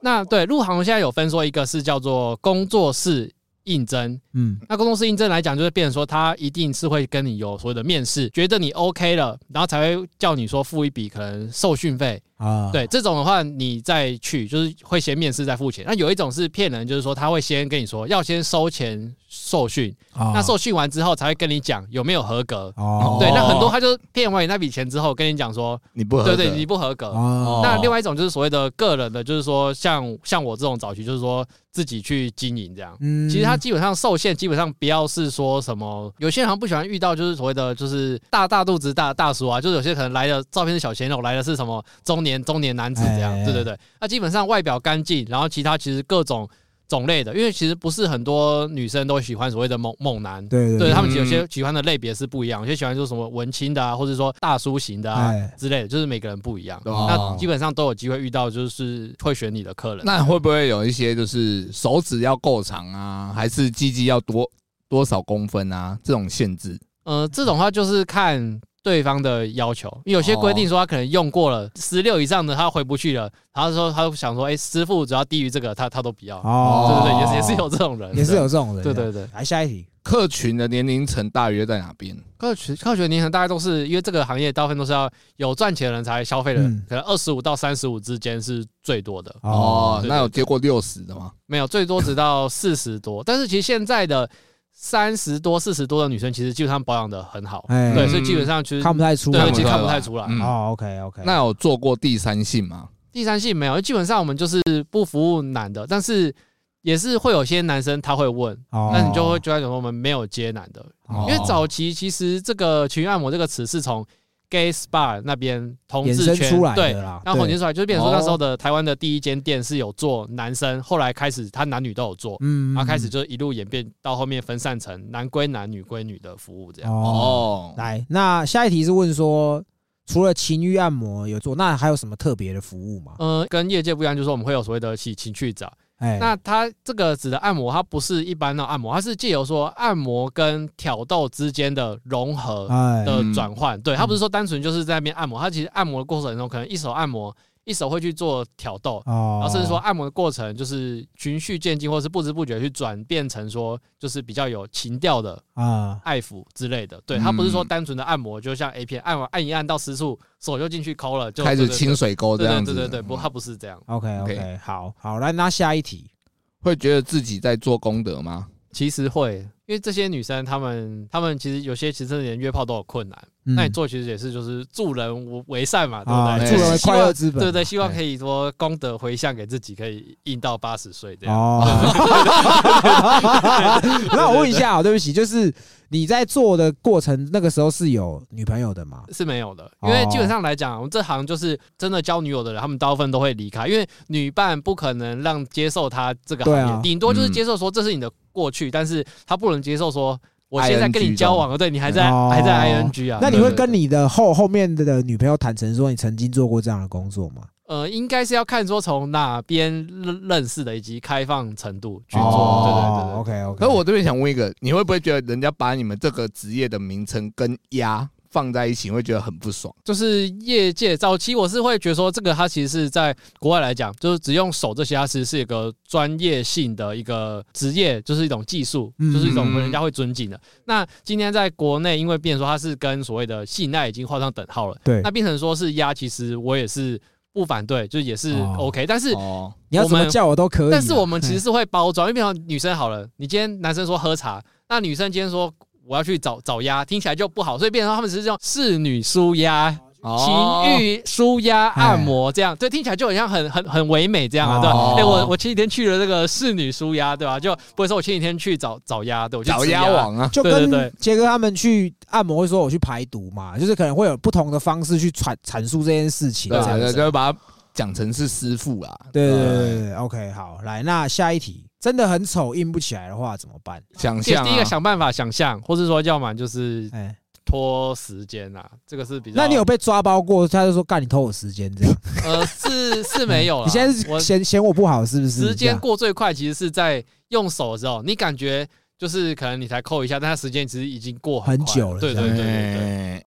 B: 那对入行现在有分说，一个是叫做工作室应征，
C: 嗯，
B: 那工作室应征来讲，就是变成说他一定是会跟你有所谓的面试，觉得你 OK 了，然后才会叫你说付一笔可能受训费。
C: 啊，
B: 对，这种的话你再去，就是会先面试再付钱。那有一种是骗人，就是说他会先跟你说要先收钱受训，
C: 啊，
B: 那受训完之后才会跟你讲有没有合格。
C: 哦，
B: 对，那很多他就骗完你那笔钱之后，跟你讲说，
A: 你不合
B: 对
A: 格，
B: 对，你不合格。
C: 哦
B: 那另外一种就是所谓的个人的，就是说像像我这种早期，就是说自己去经营这样。
C: 嗯
B: 其实它基本上受限，基本上不要是说什么，有些人好像不喜欢遇到就是所谓的就是大大肚子大大叔啊，就是有些可能来的照片是小鲜肉，来的是什么中年中年男子这样，
C: 哎
B: 对对对。那基本上外表干净，然后其他其实各种种类的，因为其实不是很多女生都喜欢所谓的猛猛男。
C: 对对
B: 对他
A: 嗯
B: 们有些喜欢的类别是不一样，有些喜欢就是什么文青的啊，或者说大叔型的啊
C: 哎
B: 之类的，就是每个人不一样。
A: 哦
B: 那基本上都有机会遇到，就是会选你的客人。
A: 那会不会有一些就是手指要够长啊，还是鸡鸡要多多少公分啊这种限制？
B: 呃，这种话就是看对方的要求，因为有些规
C: 哦
B: 定说他可能用过了十六以上的，他回不去了，然后说他想说，哎、师傅只要低于这个，他他都不要。对
C: 哦，
B: 对对，也是也是有这种人，
C: 也是有这种人，啊
B: 对。对对，
C: 来下一题，
A: 客群的年龄层大约在哪边？
B: 科学科学年龄大概都是因为这个行业大部分都是要有赚钱的人才消费的，
C: 嗯
B: 可能二十五到三十五之间是最多的。
A: 哦，
B: 对对
A: 那有接过六十的吗？
B: 没有，最多直到四十多。但是其实现在的三十多、四十多的女生，其实基本上保养的很好，
C: 哎
B: 对，所以基本上其实
C: 看不太出
B: 对
C: 来
B: 对，其实
A: 看
B: 看
A: 不
B: 不
A: 太
B: 太
A: 出
B: 出来。
A: 嗯
C: 哦，OK OK，
A: 那有做过第三性吗？
B: 第三性没有，基本上我们就是不服务男的，但是也是会有些男生他会问，
C: 哦
B: 那你就会觉得我们没有接男的，
A: 哦
B: 因为早期其实这个情欲按摩这个词是从 gay spa 那边同
C: 衍
B: 志
C: 生
B: 圈
C: 出来
B: 对
C: 的，啦，
B: 然后
C: 对
B: 衍生出来就是变成说
A: 哦
B: 那时候的台湾的第一间店是有做男生，后来开始他男女都有做，
C: 嗯，
B: 然啊后开始就一路演变到后面分散成男归男、女归女的服务这样。
C: 哦。
A: 哦，
C: 来，那下一题是问说，除了情欲按摩有做，那还有什么特别的服务吗？
B: 呃，跟业界不一样，就是我们会有所谓的情情趣澡，
C: 哎，
B: 那它这个指的按摩，它不是一般的按摩，它是借由说按摩跟挑逗之间的融合
A: 啊
C: 哎，
B: 的转换。对，
A: 嗯
B: 它不是说单纯就是在那边按摩，它其实按摩的过程中，可能一手按摩，一手会去做挑逗，
C: 哦，
B: 然后甚至说按摩的过程就是循序渐进，或是不知不觉去转变成说就是比较有情调的
C: 啊，
B: 爱抚之类的。对，它不是说
A: 嗯
B: 单纯的按摩，就像 A 片按完按一按到私处，手就进去抠了，就
A: 开始
B: 对对对
A: 清水沟这
B: 对
A: 样子。
B: 对
A: 嗯
B: 对对对，不，它不是这样。
C: OK OK，
A: OK
C: 好好来，那下一题，
A: 会觉得自己在做功德吗？
B: 其实会，因为这些女生她们，她们其实有些其实真的连约炮都有困难。
C: 嗯
B: 那你做其实也是就是助人为为善嘛，
C: 啊，
B: 对不
A: 哎
B: 对？
C: 助人为
B: 希
C: 快
B: 望
C: 乐之本嘛，
B: 对对，希望
C: 哎
B: 可以说功德回向给自己，可以硬到八十岁这样。
C: 哦， [laughs] 那我问一下、哦，对不起，就是你在做的过程，那个时候是有女朋友的吗？
B: 是没有的，
C: 哦
B: 因为基本上来讲，我们这行就是真的交女友的人，他们大部分都会离开，因为女伴不可能让接受他这个行
C: 对啊
B: 业，顶多就是
A: 嗯
B: 接受说这是你的过去，但是他不能接受说我现在跟
A: ING
B: 你交往了，对你还在
C: 哦
B: 还在 ing 啊。
C: 那你
B: 对
C: 会
B: 对
C: 跟
B: 对
C: 你的后后面的女朋友坦诚说你曾经做过这样的工作吗？
B: 呃，应该是要看说从哪边认认识的以及开放程度去做，
C: 哦
B: 对对对对。
C: ，OK OK。
A: 可是我这边想问一个，你会不会觉得人家把你们这个职业的名称跟鸭放在一起，你会觉得很不爽？
B: 就是业界早期我是会觉得说，这个它其实是在国外来讲，就是只用手这些，它其实是一个专业性的一个职业，就是一种技术，
C: 嗯
B: 就是一种人家会尊敬的。那今天在国内，因为变成说它是跟所谓的性爱已经画上等号了，
C: 对
B: 那变成说是压，其实我也是不反对，就是也是
C: 哦
B: OK，、但是
A: 哦，
C: 你要怎么叫我都可以啊，
B: 但是我们其实
C: 哎
B: 是会包装，因为比方女生好了，你今天男生说喝茶，那女生今天说我要去找找鸭，听起来就不好，所以变成说他们只是用侍女舒压、情欲舒压按摩这样，对，听起来就很像很很很唯美这样啊，对吧？
A: 哦
B: 哎、我我前几天去了这个侍女舒压，对吧？就不会说我前几天去找找鸭，对，我去
A: 找
B: 吃
A: 鸭网啊，
C: 就
B: 对对
C: 跟
B: 对
C: 杰哥他们去按摩会说我去排毒嘛，就是可能会有不同的方式去阐阐述这件事情，
A: 对
C: 这
A: 啊，
C: 样
A: 对
C: 子。
A: 就会把它讲成是师傅啊。
C: 对对对对对，OK，好，来，那下一题，真的很丑，硬不起来的话怎么办？
A: 想
B: 第
A: 象、啊、
B: 第一个想办法想象，或是说要么就是
C: 哎，
B: 拖时间啊，这个是比较。
C: 那你有被抓包过？他就说干你偷我时间这样。
B: 呃是是没有啦 [laughs]
C: 你现在
B: 我
C: 是嫌嫌我不好是不是？
B: 时
C: 这
B: 间
C: 样
B: 过最快，其实是在用手的时候，你感觉就是可能你才扣一下，但它时间其实已经过
C: 很
B: 快
C: 久了
B: 对
C: 这
B: 对
C: 样
B: 对对对，
A: 哎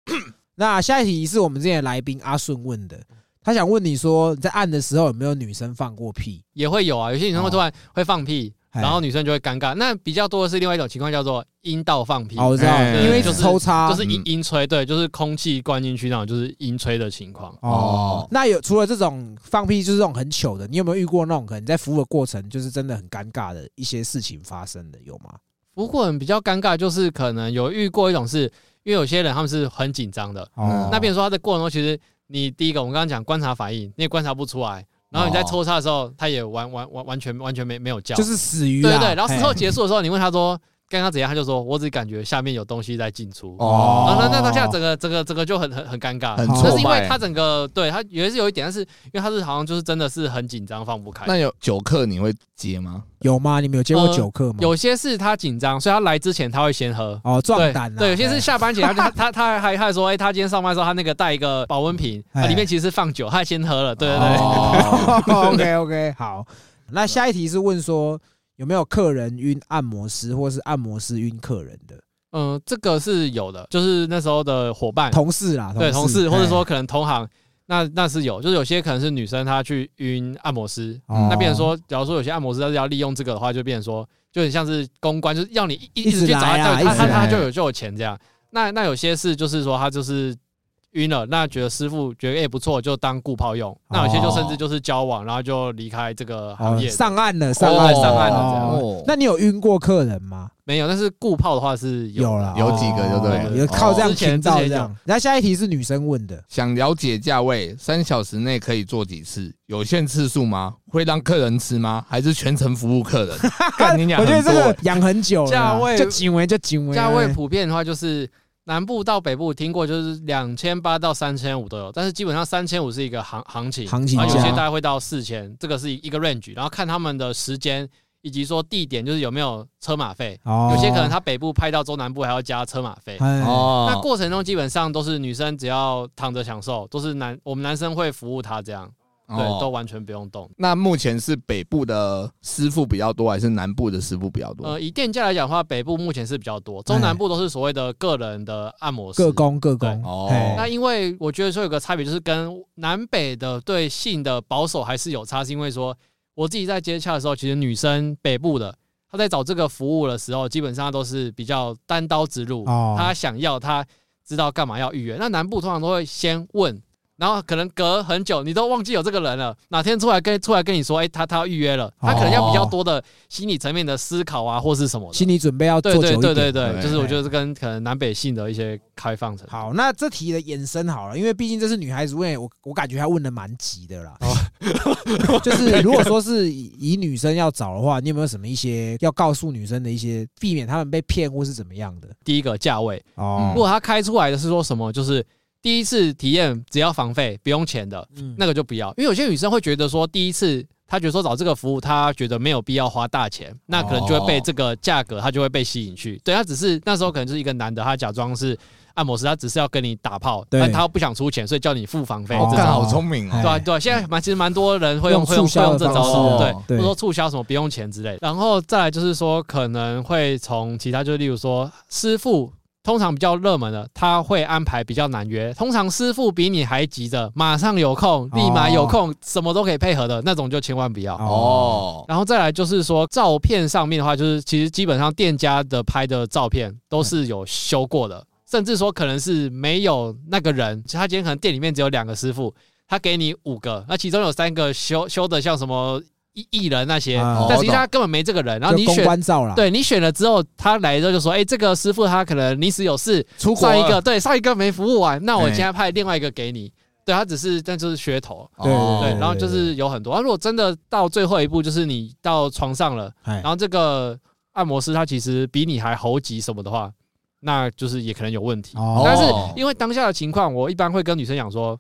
C: 那下一题是我们之前的来宾阿顺问的，他想问你说你在按的时候有没有女生放过屁？
B: 也会有啊。有些女生会突然会放屁，
C: 哎
B: 然后女生就会尴尬。那比较多的是另外一种情况，叫做阴道放屁，
C: 哦，我知道，
A: 哎
C: 因为
B: 就是
C: 是啊抽插，
B: 就是阴
A: 嗯
B: 阴吹，对，就是空气灌进去那种，就是阴吹的情况。
C: 哦
A: 哦。
C: 那有除了这种放屁，就是这种很糗的，你有没有遇过那种可能在服务的过程就是真的很尴尬的一些事情发生的有吗？
B: 不过很比较尴尬，就是可能有遇过一种是，因为有些人他们是很紧张的，
C: 哦，
B: 那边说他的过程中，其实你第一个我们刚刚讲观察反应，你也观察不出来，然
A: 哦
B: 后你在抽插的时候，他也完完完完全完全没没有叫，
C: 哦就是死鱼啊
B: 对
C: 啦，
B: 对对。然后事后
C: 嘿
B: 结束的时候，你问他说刚刚怎样，他就说我只感觉下面有东西在进出。
A: 哦
B: 啊，那那当下整个整个整个就很很很尴尬，
A: 很
C: 挫
B: 那是因为
A: 败
B: 他整个对他也是有一点，但是因为他是好像就是真的是很紧张放不开。
A: 那有酒客你会接吗？
C: 有吗？你们有接过
B: 呃
C: 酒客吗？
B: 有些是他紧张，所以他来之前他会先喝，
C: 哦，壮
B: 对
C: 胆啊，
B: 对，有些
C: 嘿
B: 是下班前他 [laughs] 他他他还还说，哎、他今天上班的时候他那个带一个保温瓶，
C: 哎
B: 啊、里面其实是放酒，他先喝了，对对对。
A: 哦
B: [laughs]
C: OK OK，好。那下一题是问说有没有客人晕按摩师，或是按摩师晕客人的
B: 嗯，这个是有的，就是那时候的伙伴，
C: 同事啦？
B: 对同事，
C: 嘿
B: 或者说可能同行，那那是有，就是有些可能是女生她去晕按摩师，
C: 哦
B: 那变成说，假如说有些按摩师他是要利用这个的话，就变成说，就很像是公关，就是要你一
C: 一
B: 一
C: 直
B: 直去找他，
C: 来啊
B: 对他
C: 一直
B: 他他
A: 来
B: 就有就有钱这样。那那有些是就是说他就是晕了，那觉得师傅觉得哎、不错，就当顾炮用。那有些就甚至就是交往，然后就离开这个行
C: 哦
B: 业。
C: 上岸了，上岸
B: 对
C: 了
B: 上岸了这样
C: 哦
A: 哦
C: 那你有晕过客人吗？
B: 没有，但是顾炮的话是有
C: 了，
A: 有几个
C: 哦
A: 就对了
C: 有靠这样
B: 之前
C: 听到
B: 之
C: 这
B: 前
C: 样。然后下一题是女生问的，
A: 想了解价位，三小时内可以做几次？有限次数吗？会让客人吃吗？还是全程服务客人？干你娘
C: 我觉得这
A: 很多
C: 个
A: 欸
C: 养很久了啦，
B: 价位
C: 就紧围就紧围，
B: 价位普遍的话，就是南部到北部听过，就是两千八到三千五都有，但是基本上三千五是一个行行情，
C: 行情
B: 然后有
A: 价
B: 些大概会到四千，这个是一个 range，然后看他们的时间以及说地点，就是有没有车马费，
C: 哦
B: 有些可能他北部拍到中南部还要加车马费。
C: 哎
B: 那
A: 哦，
B: 过程中基本上都是女生只要躺着享受，都是男我们男生会服务她这样，对，
A: 哦
B: 都完全不用动。
A: 那目前是北部的师傅比较多，还是南部的师傅比较多？
B: 呃，以店家来讲的话，北部目前是比较多，中南部都是所谓的个人的按摩师。
C: 各哎工各工
B: 对
A: 哦
C: 嘿
B: 那因为我觉得说有个差别，就是跟南北的对性的保守还是有差，是因为说我自己在接洽的时候，其实女生北部的她在找这个服务的时候，基本上都是比较单刀直入，
C: 哦
B: 她想要她知道干嘛要预约。那南部通常都会先问，然后可能隔很久你都忘记有这个人了，哪天出来跟出来跟你说，哎、她她要预约
C: 哦
B: 了，她可能要比较多的心理层面的思考啊，或是什么的。
C: 心理准备要做
B: 对
C: 久
B: 对对
C: 一点。
B: 对
C: 哎
B: 对，
A: 对
B: 就是我觉得是跟可能南北性的一些开放程度。
C: 好，那这题的延伸好了，因为毕竟这是女孩子问，我我感觉她问的蛮急的啦。
B: 哦 [laughs]
C: [laughs] 就是如果说是以以女生要找的话，你有没有什么一些要告诉女生的一些，避免她们被骗或是怎么样的？
B: 第一个价位，
C: 哦
A: 嗯
B: 如，果他开出来的是说什么，就是第一次体验只要房费不用钱的，
C: 嗯
B: 那个就不要，因为有些女生会觉得说第一次。她觉得说找这个服务，她觉得没有必要花大钱，那可能就会被这个价格，她就会被吸引去。对，她啊只是那时候可能就是一个男的，他假装是按摩师，他只是要跟你打炮，
C: 对
B: 但他不想出钱，所以叫你付房费。
A: 哦
B: 这
A: 干
B: 种
A: 好聪明
C: 哎
A: 哦！
B: 对啊，对啊，现在蛮其实蛮多人会
C: 用
B: 用会用
C: 促
B: 会
C: 销
B: 用
C: 的
B: 这
C: 方
B: 招
A: 式
B: 的，对
A: 哦，
C: 对
B: 或者说促销什么不用钱之类的。然后再来就是说，可能会从其他，就例如说师傅，通常比较热门的，他会安排比较难约。通常师傅比你还急着，马上有空，立马有空，什么都可以配合的那种，就千万不要。
C: 哦，
A: 哦，
B: 然后再来就是说，照片上面的话，就是其实基本上店家的拍的照片
C: 嗯
B: 都是有修过的，甚至说可能是没有那个人，他今天可能店里面只有两个师傅，他给你五个，那其中有三个修修的像什么艺艺人那些，
C: 啊
A: 哦
B: 但实际上他根本没这个人。然后
C: 就
B: 你
C: 公
B: 选，
C: 关照啦。，
B: 对你选了之后，他来之后就说，哎，这个师傅他可能临时有事，
A: 出国
B: 上一个
A: 了
B: 对上一个没服务完，那我
A: 哎
B: 现在派另外一个给你，对他只是但就是噱头。
C: 对
A: 哦
B: 对，然后就是有很多。啊、如果真的到最后一步，就是你到床上了，
C: 哎
B: 然，后这个按摩师他其实比你还猴急什么的话，那就是也可能有问题。
C: 哦
B: 但是因为当下的情况，我一般会跟女生讲说，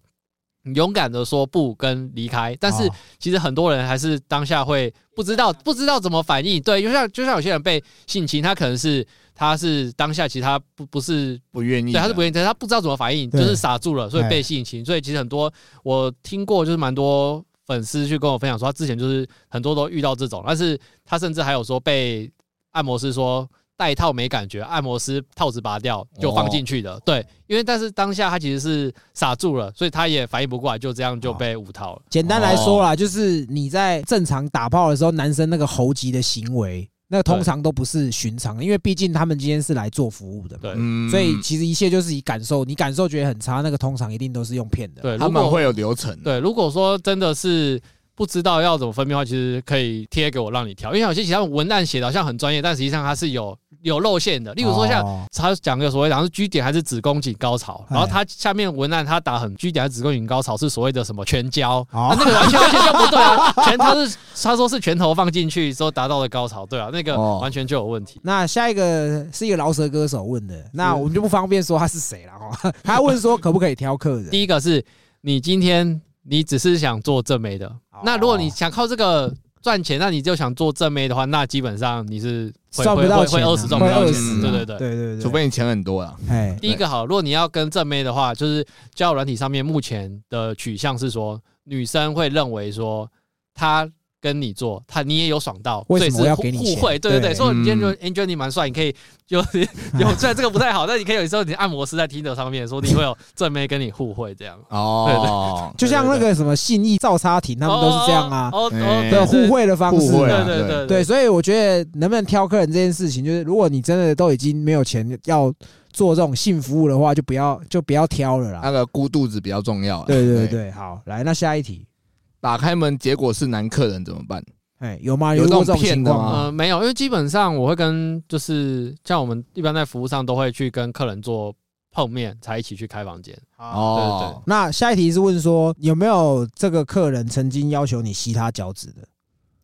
B: 勇敢的说不跟离开，但是
C: 哦
B: 其实很多人还是当下会不知道不知道怎么反应。对，就像就像有些人被性侵，他可能是他是当下其实他不不是
A: 不愿意
B: 对
A: 的，
B: 他是不愿意，但是他不知道怎么反应，就
C: 对
B: 是傻住了，所以
C: 哎
B: 被性侵。所以其实很多我听过就是蛮多粉丝去跟我分享说，他之前就是很多都遇到这种，但是他甚至还有说被按摩师说。戴套没感觉，按摩师套子拔掉就放进去的，对，因为但是当下他其实是傻住了，所以他也反应不过来，就这样就被五套了。
C: 简单来说啦，就是你在正常打炮的时候，男生那个猴急的行为，那通常都不是寻常的，因为毕竟他们今天是来做服务的嘛。
B: 对
A: 嗯
C: 所以其实一切就是以感受，你感受觉得很差，那个通常一定都是用骗的。
B: 对，
A: 他
B: 如
A: 们
B: 果
A: 会有流程，
B: 对，如果说真的是不知道要怎么分辨的话，其实可以贴给我让你挑，因为有些其他文案写的好像很专业，但实际上它是有有露馅的。例
C: 例
B: 如说像
C: 哦
B: 他讲个所谓，然后是 G 点还是子宫颈高潮，
C: 哎
B: 然后他下面文案他打很 G 点还是子宫颈高潮是所谓的什么全交，
C: 哦
B: 那个完全完全就不对啊， [laughs] 全他是他说是拳头放进去之后达到了高潮，对啊，那个
A: 哦
B: 完全就有问题。
C: 那下一个是一个饶舌歌手问的，那我们就不方便说他是谁了哈。 [laughs] 他问说可不可以挑客人？
B: 第一个是你今天你只是想做正妹的
C: 哦，
B: 那如果你想靠这个。赚钱，那你就想做正妹的话，那基本上你是会
C: 赚不到
B: 会
C: 钱
B: 会
C: 啊，
B: 二十赚不
C: 会
B: 到钱
A: 20
B: 的，对对
C: 啊
B: 对。
C: 对对对，
A: 除非你钱很多啊啦。
C: 哎
B: 第一个好，如果你要跟正妹的话，就是交友软体上面目前的取向是说，女生会认为说她跟你做，她你也有爽到，
C: 为什么
B: 所以是
C: 我要
B: 互
C: 给你
B: 互
C: 钱
B: 惠？对对
C: 对
B: 对，所以你今天
A: 嗯
B: 就 Angel 你蛮帅，你可以有 [laughs] 有，虽然这个不太好，但你可以有时候你按摩师在 Tinder 上面说你会有正妹跟你互惠这样，
A: 哦，
C: 就像那个什么信义造沙亭，他们都是这样啊
B: 哦哦哦
A: 哎
B: 对
C: 的互惠的方式
A: 互惠
C: 啊。
A: 啊
B: 对对对
C: 对，所以我觉得能不能挑客人这件事情，就是如果你真的都已经没有钱要做这种性服务的话，就不要就不要挑了
B: 啊
C: 啦。
A: [laughs] 那个咕肚子比较重要啦。啊
C: 对
B: 哎
C: 对，对，好，来，那下一题，
A: 打开门结果是男客人怎么办？
C: 哎，有吗？
A: 有
C: 遇
A: 这
C: 过
A: 种
C: 这种
A: 骗
C: 情
A: 的
C: 况
A: 吗
C: 吗？
B: 呃，没有，因为基本上我会跟就是像我们一般在服务上都会去跟客人做碰面，才一起去开房间。
A: 哦，
C: 那下一题是问说有没有这个客人曾经要求你吸他脚趾的？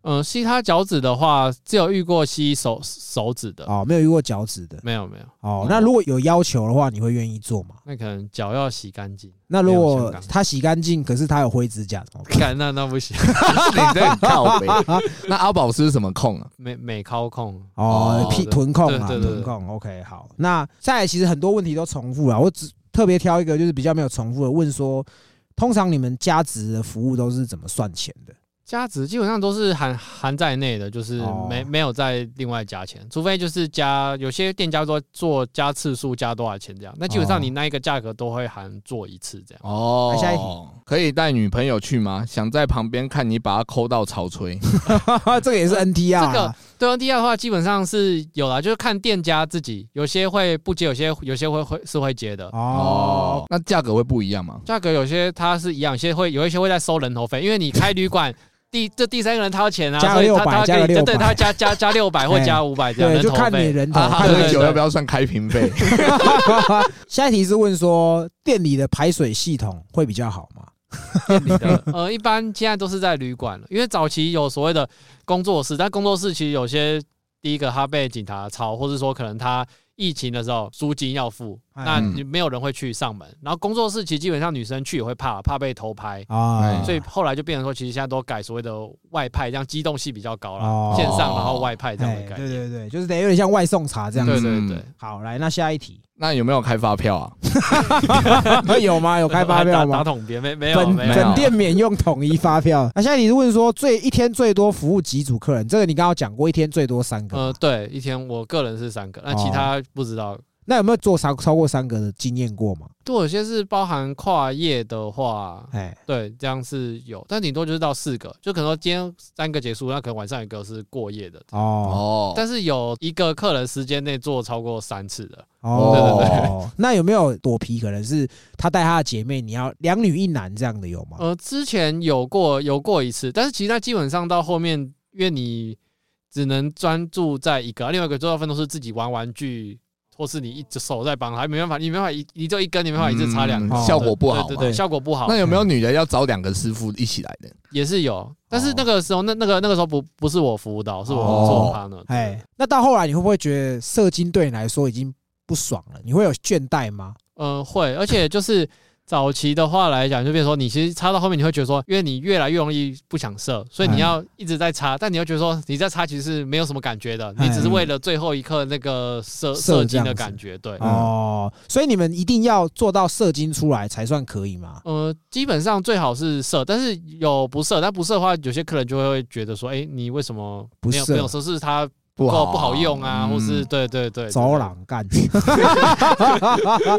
B: 嗯，吸他脚趾的话，只有遇过吸手手指的，
C: 哦，没有遇过脚趾的。
B: 没有没有，
C: 哦，那如果有要求的话，你会愿意做吗？
B: 那可能脚要洗干净， [laughs]
C: 那如果
B: 没有香港
C: 他洗干净，可是他有灰指甲怎么办？
B: 干那那不行， [laughs]
A: 你在哎靠
C: [laughs]
A: 北。那阿宝是什么控啊？
B: 美美操控，
A: 哦，
C: 哦屁
B: 对
C: 臀控啊，
B: 对对对
C: 臀控。OK，好。那再来，其实很多问题都重复啊，我只特别挑一个就是比较没有重复的，问说，通常你们加值的服务都是怎么算钱的？ [laughs]
B: 价值基本上都是含含在内的，就是
C: 哦
B: 没没有再另外加钱，除非就是加有些店家说做加次数加多少钱这样，那基本
C: 哦
B: 上你那一个价格都会含做一次这样。
A: 哦
C: 来，下一题
A: 可以带女朋友去吗？想在旁边看你把她抠到潮吹。
C: 这个也是 NTR 啊。
B: 这个对方 D 的话，基本上是有啦，就是看店家自己，有些会不接，有些有些会会是会接的。
C: 哦，，
A: 那价格会不一样吗？
B: 价格有些它是一样，有些会有一些会在收人头费，因为你开旅馆第这第三个人掏钱啊，
C: 加
B: 所以
C: 600
B: 他他
C: 加
B: 给你
C: 600
B: 对，他加加加六
C: [laughs]
B: 百或
C: 哎
B: 加五百这样
C: 对，
B: 人
C: 就
B: 头
C: 看你
B: 费。
C: 人头。
A: 啊，
C: 看
A: 他
C: 你
B: 对
A: 喝
B: 对
A: 酒
B: 对
A: 要不要算开瓶
B: [laughs]
A: 费？
C: [laughs] 下一题是问说店里的排水系统会比较好吗？
B: 你
C: [laughs]
B: 的呃，一般现在都是在旅馆了，因为早期有所谓的工作室，但工作室其实有些第一个他被警察抄，或是说可能他疫情的时候租金要付，
C: 哎
B: 那你没有人会去上门。然后工作室其实基本上女生去也会怕，怕被偷拍。
C: 啊
A: 哎，
B: 所以后来就变成说，其实现在都改所谓的外派，这样机动性比较高
C: 哦
B: 了，线上然后外派这样的
C: 哎，嗯
B: 概
C: 对
B: 念。
C: 对对，就是得有点像外送茶这样
B: 对
C: 子。
B: 对对，
C: 好，来，那下
B: [laughs]
C: 一题
A: 那有没有开发票啊？
C: 有吗？有开发票
B: 打打
C: 吗？
B: 桶边没没有
C: 本
B: 没
A: 有
B: 有
C: 本店免用统一发票。那下一题是问说最一天最多服务几组客人？这个你刚刚讲过，一天最多三个
B: 呃
C: 嘛。
B: 对，一天我个人是三个，那其
C: 哦
B: 他不知道。
C: 那有没有做超超过三个的经验过吗？
B: 对，有些是包含跨业的
A: [laughs]
B: 话，
C: 哎，
B: 对，这样是有，但顶多就是到四个，就可能说今天三个结束，那可能晚上一个是过夜的，
C: 哦
A: 哦，
B: 但是有一个客人时间内做超过三次的，
A: 对对
C: 哦， [laughs] 那有没有躲皮？可能是他带他的姐妹，你要两女一男这样的有吗？
A: 哦
B: 呃，之前有过有过一次，但是其实那基本上到后面，因为你只能专注在一个，另外一个做到分都是自己玩玩具，或是你一只手在帮他，没办法，你没办法一你就一根，你没办法一次插两
A: 嗯
B: 根，
C: 哦
A: 效果不好嘛。
B: 对对对，效果不好
A: 那有没有女的要找两个师傅一起来的？
B: 也是
C: 哦
B: 有，但是那个时候那那个那个时候不不是我服务到，是我做他呢，
C: 哎，那到后来你会不会觉得射精对你来说已经不爽了？你会有倦怠吗？
B: 呃嗯、会，而且就是早期的话来讲，就变成说你其实插到后面，你会觉得说，因为你越来越容易不想射，所以你要一直在插，但你又觉得说你在插其实是没有什么感觉的，
C: 哎
B: 你只是为了最后一刻那个射
C: 射
B: 射
C: 这
B: 精
C: 样
B: 的
C: 子
B: 感觉，对。
C: 哦，所以你们一定要做到射精出来才算可以嘛？
B: 呃，基本上最好是射，但是有不射，但不射的话，有些客人就会觉得说，哎、你为什么
C: 不
B: 没有
C: 射嗯
B: 没有射？是它
A: 不
B: 够
A: 好
B: 不好用
A: 嗯
B: 啊，或是对对对，
C: 走
B: 了。
C: 廊干， [laughs]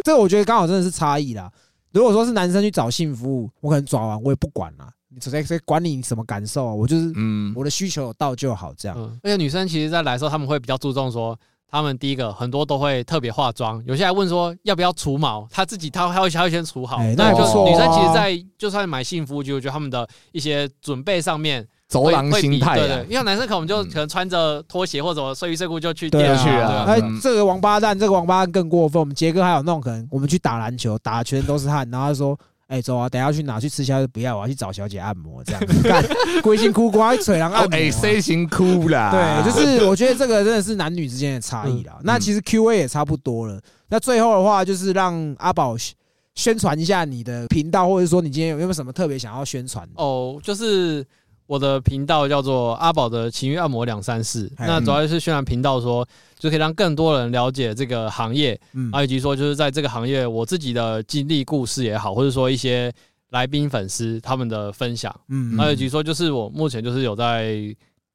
C: 这个我觉得刚好真的是差异啦。如果说是男生去找性服务，我可能抓完我也不管啦，你谁谁管你什么感受啊？我就是
A: 嗯，
C: 我的需求有到就好，这样。
B: 嗯，而且女生其实，在来的时候，她们会比较注重说，她们第一个很多都会特别化妆，有些还问说要不要除毛，她自己她她会她会先除好。对
C: 哎那
A: 也
B: 就
A: 不错哦
B: 女生
C: 啊
B: 其实在，就算买幸福局，我觉得她们的一些准备上面
A: 走
B: 会
A: 廊
B: 会比
A: 心态
B: 对
A: 啊
B: 对，，因为男生可能就
A: 嗯
B: 可能穿着拖鞋或者睡衣睡裤就去
C: 对
B: 店
C: 啊
B: 了
A: 去
B: 对
A: 啊
B: 吧
C: 哎
A: 嗯，
C: 这个王八蛋，这个王八蛋更过分。我们杰哥还有那种可能，我们去打篮球，打全都是汗，然后他说：“哎，走啊，等一下去哪去吃宵夜？不要，我要去找小姐按摩。”
B: [laughs]
C: 这样，干龟心哭瓜，嘴狼按
A: 哦
C: 摩啊。
A: 哎，C 型哭啦，
C: 对，就是我觉得这个真的是男女之间的差
B: 嗯
C: 异啦。那其实 Q A 也差不多了。那最后的话，就是让阿宝宣宣传一下你的频道，或者说你今天有没有什么特别想要宣传？
B: 哦，就是我的频道叫做阿宝的情欲按摩两三四，
C: 哎
B: 那主要就是宣传频道说，就可以让更多人了解这个行业，
C: 嗯，
B: 啊，以及说就是在这个行业我自己的经历故事也好，或者说一些来宾粉丝他们的分享，
C: 嗯
B: 啊，
A: 哎
B: 以及说就是我目前就是有在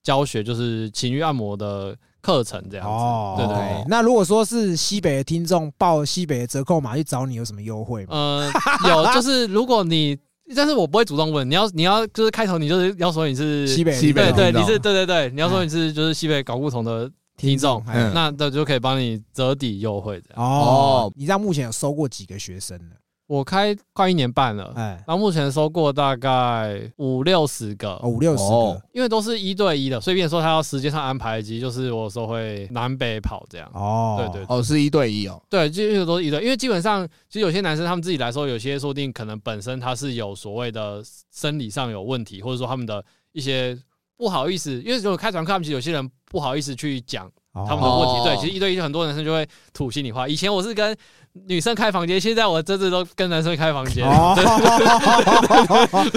B: 教学就是情欲按摩的课程这样子，对对对。
C: 哦那如果说是西北的听众报西北的折扣码去找你，有什么优惠吗？
B: 呃，有就是如果你，但是我不会主动问，你要你要就是开头你就是要说你是
C: 西北的
A: 西北
C: 听
B: 对
A: 的
B: 对，
C: 众
A: 听
B: 你是
A: 众
B: 对对对，你要说你是就是西北搞不同的听众，
C: 哎
A: 嗯
B: 那那就可以帮你折抵优惠这样。
C: 哦
A: 哦，
C: 你这样目前有收过几个学生呢？
B: 我开快一年半了，
C: 哎，
B: 然后目前收过大概五六十个
C: 哦，，五六十个
A: 哦。
B: 因为都是一对一的，所以变成说他要时间上安排，以及就是我有时候会南北跑这样。
C: 哦，
B: 对对对
A: 哦，是一对一哦，
B: 对，就就都是一对，因为基本上其实有些男生他们自己来说，有些说不定可能本身他是有所谓的生理上有问题，或者说他们的一些不好意思，因为如果开团课，他们其实有些人不好意思去讲。
C: 哦，
B: 他们的问题。
A: 哦
B: 对，其实一对一就很多男生就会吐心里话。以前我是跟女生开房间，现在我这次都跟男生开房间。 [laughs]
C: 哦，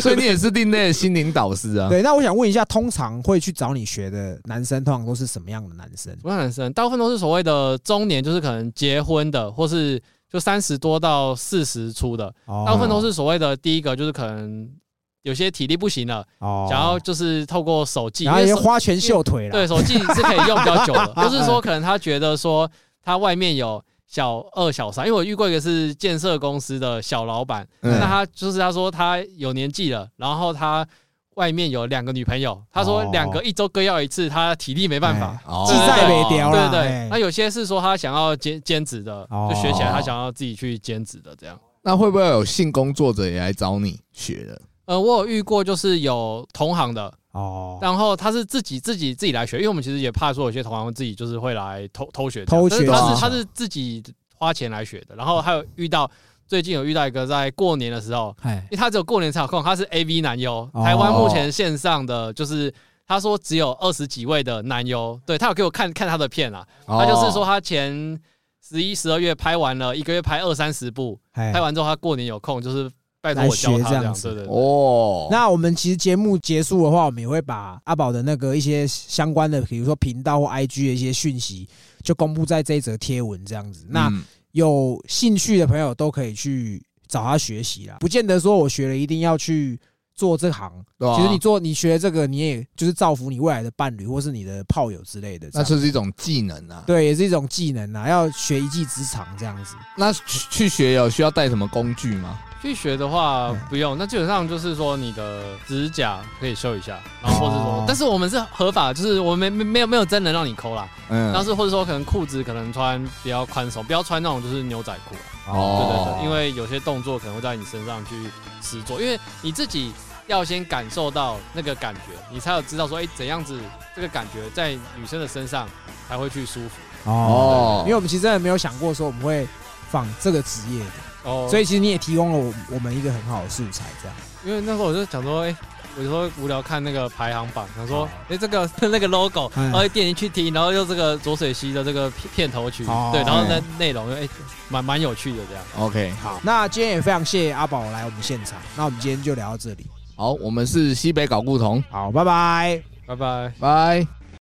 A: 所以你也是另类的心灵导师啊，
C: 对，那我想问一下，通常会去找你学的男生，通常都是什么样的男生？
B: 不是男生，大部分都是所谓的中年，就是可能结婚的，或是就三十多到四十出的，
C: 大
B: 大部分都是所谓的第一个，就是可能有些体力不行了，
C: 哦
B: 想要就是透过手技，
C: 然后
B: 因
C: 也
B: 为手
C: 花拳绣腿了，
B: 对，手机是可以用比较久
C: [laughs]
B: 的，不是说可能他觉得说他外面有小二小三，因为我遇过一个是建设公司的小老板，
A: 嗯
B: 那他就是他说他有年纪了，然后他外面有两个女朋友，他说
C: 哦
B: 两个一周各要一次，他体力没办法。
A: 哦
C: 志在北雕
B: 对
C: 啦，
B: 对，
C: 哎
B: 那有些是说他想要兼兼职的，
C: 哦
B: 就学起来他想要自己去兼职的这样。
A: 那会不会有性工作者也来找你学的？
B: 呃，我有遇过就是有同行的，
C: 哦，
B: 然后他是自己自己自己来学，因为我们其实也怕说有些同行自己就是会来偷偷学这样，
C: 偷学哦
B: 但
A: 技
B: 是他是
A: 巧
B: 他是自己花钱来学的。然后还有遇到最近有遇到一个在过年的时候，
C: 哎
B: 因为他只有过年才有空，他是 A V 男优，
C: 哦
B: 台湾目前线上的就是他说只有二十几位的男优，对他有给我看看他的片啊，
C: 哦
B: 他就是说他前十一十二月拍完了，一个月拍二三十部，
C: 哎
B: 拍完之后他过年有空就是拜托
C: 来
B: 我教他
C: 学这
B: 这
C: 样
B: 样，
C: 子
B: 对对对。
A: 哦，
C: 那我们其实节目结束的话，我们也会把阿宝的那个一些相关的，比如说频道或 IG 的一些讯息，就公布在这一则贴文这样子。那
A: 嗯
C: 有兴趣的朋友都可以去找他学习啦，不见得说我学了一定要去做这行。
A: 对啊
C: 其实你做你学这个，你也就是造福你未来的伴侣或是你的炮友之类的
A: 那
C: 这样。
A: 就是一种技能啊。
C: 对，也是一种技能啊，要学一技之长这样子。
A: 那去去学有需要带什么工具吗？
B: 去学的话不用，那基本上就是说你的指甲可以修一下，然后或者
C: 哦
B: 说，但是我们是合法，就是我们没没没有没有真人让你抠啦，
A: 嗯，
B: 但是或者说可能裤子可能穿比较宽松，不要穿那种就是牛仔裤啊，对
A: 哦
B: 对对，因为有些动作可能会在你身上去实做，因为你自己要先感受到那个感觉，你才有知道说，哎、怎样子这个感觉在女生的身上才会去舒服
A: 哦
C: 因为我们其实真的没有想过说我们会放这个职业的。
B: 哦，
C: 所
B: 以
C: 以其实你也提供了我我们一个很好的素材，这样。
B: 因为那时候我就想说，哎、我有时候无聊看那个排行榜，想说，哎、这个 [laughs] 那个 logo，
C: 嗯
B: 然后点进去听，然后又这个左水溪的这个片片头曲，
C: 哦
B: 对，然后呢内容又哎蛮蛮有趣的这样。
A: OK，
C: 好，那今天也非常谢谢阿宝来我们现场，那我们今天就聊到这里，
A: 好，我们是西北搞故同，
C: 好，拜拜。
B: 拜拜。
A: 拜。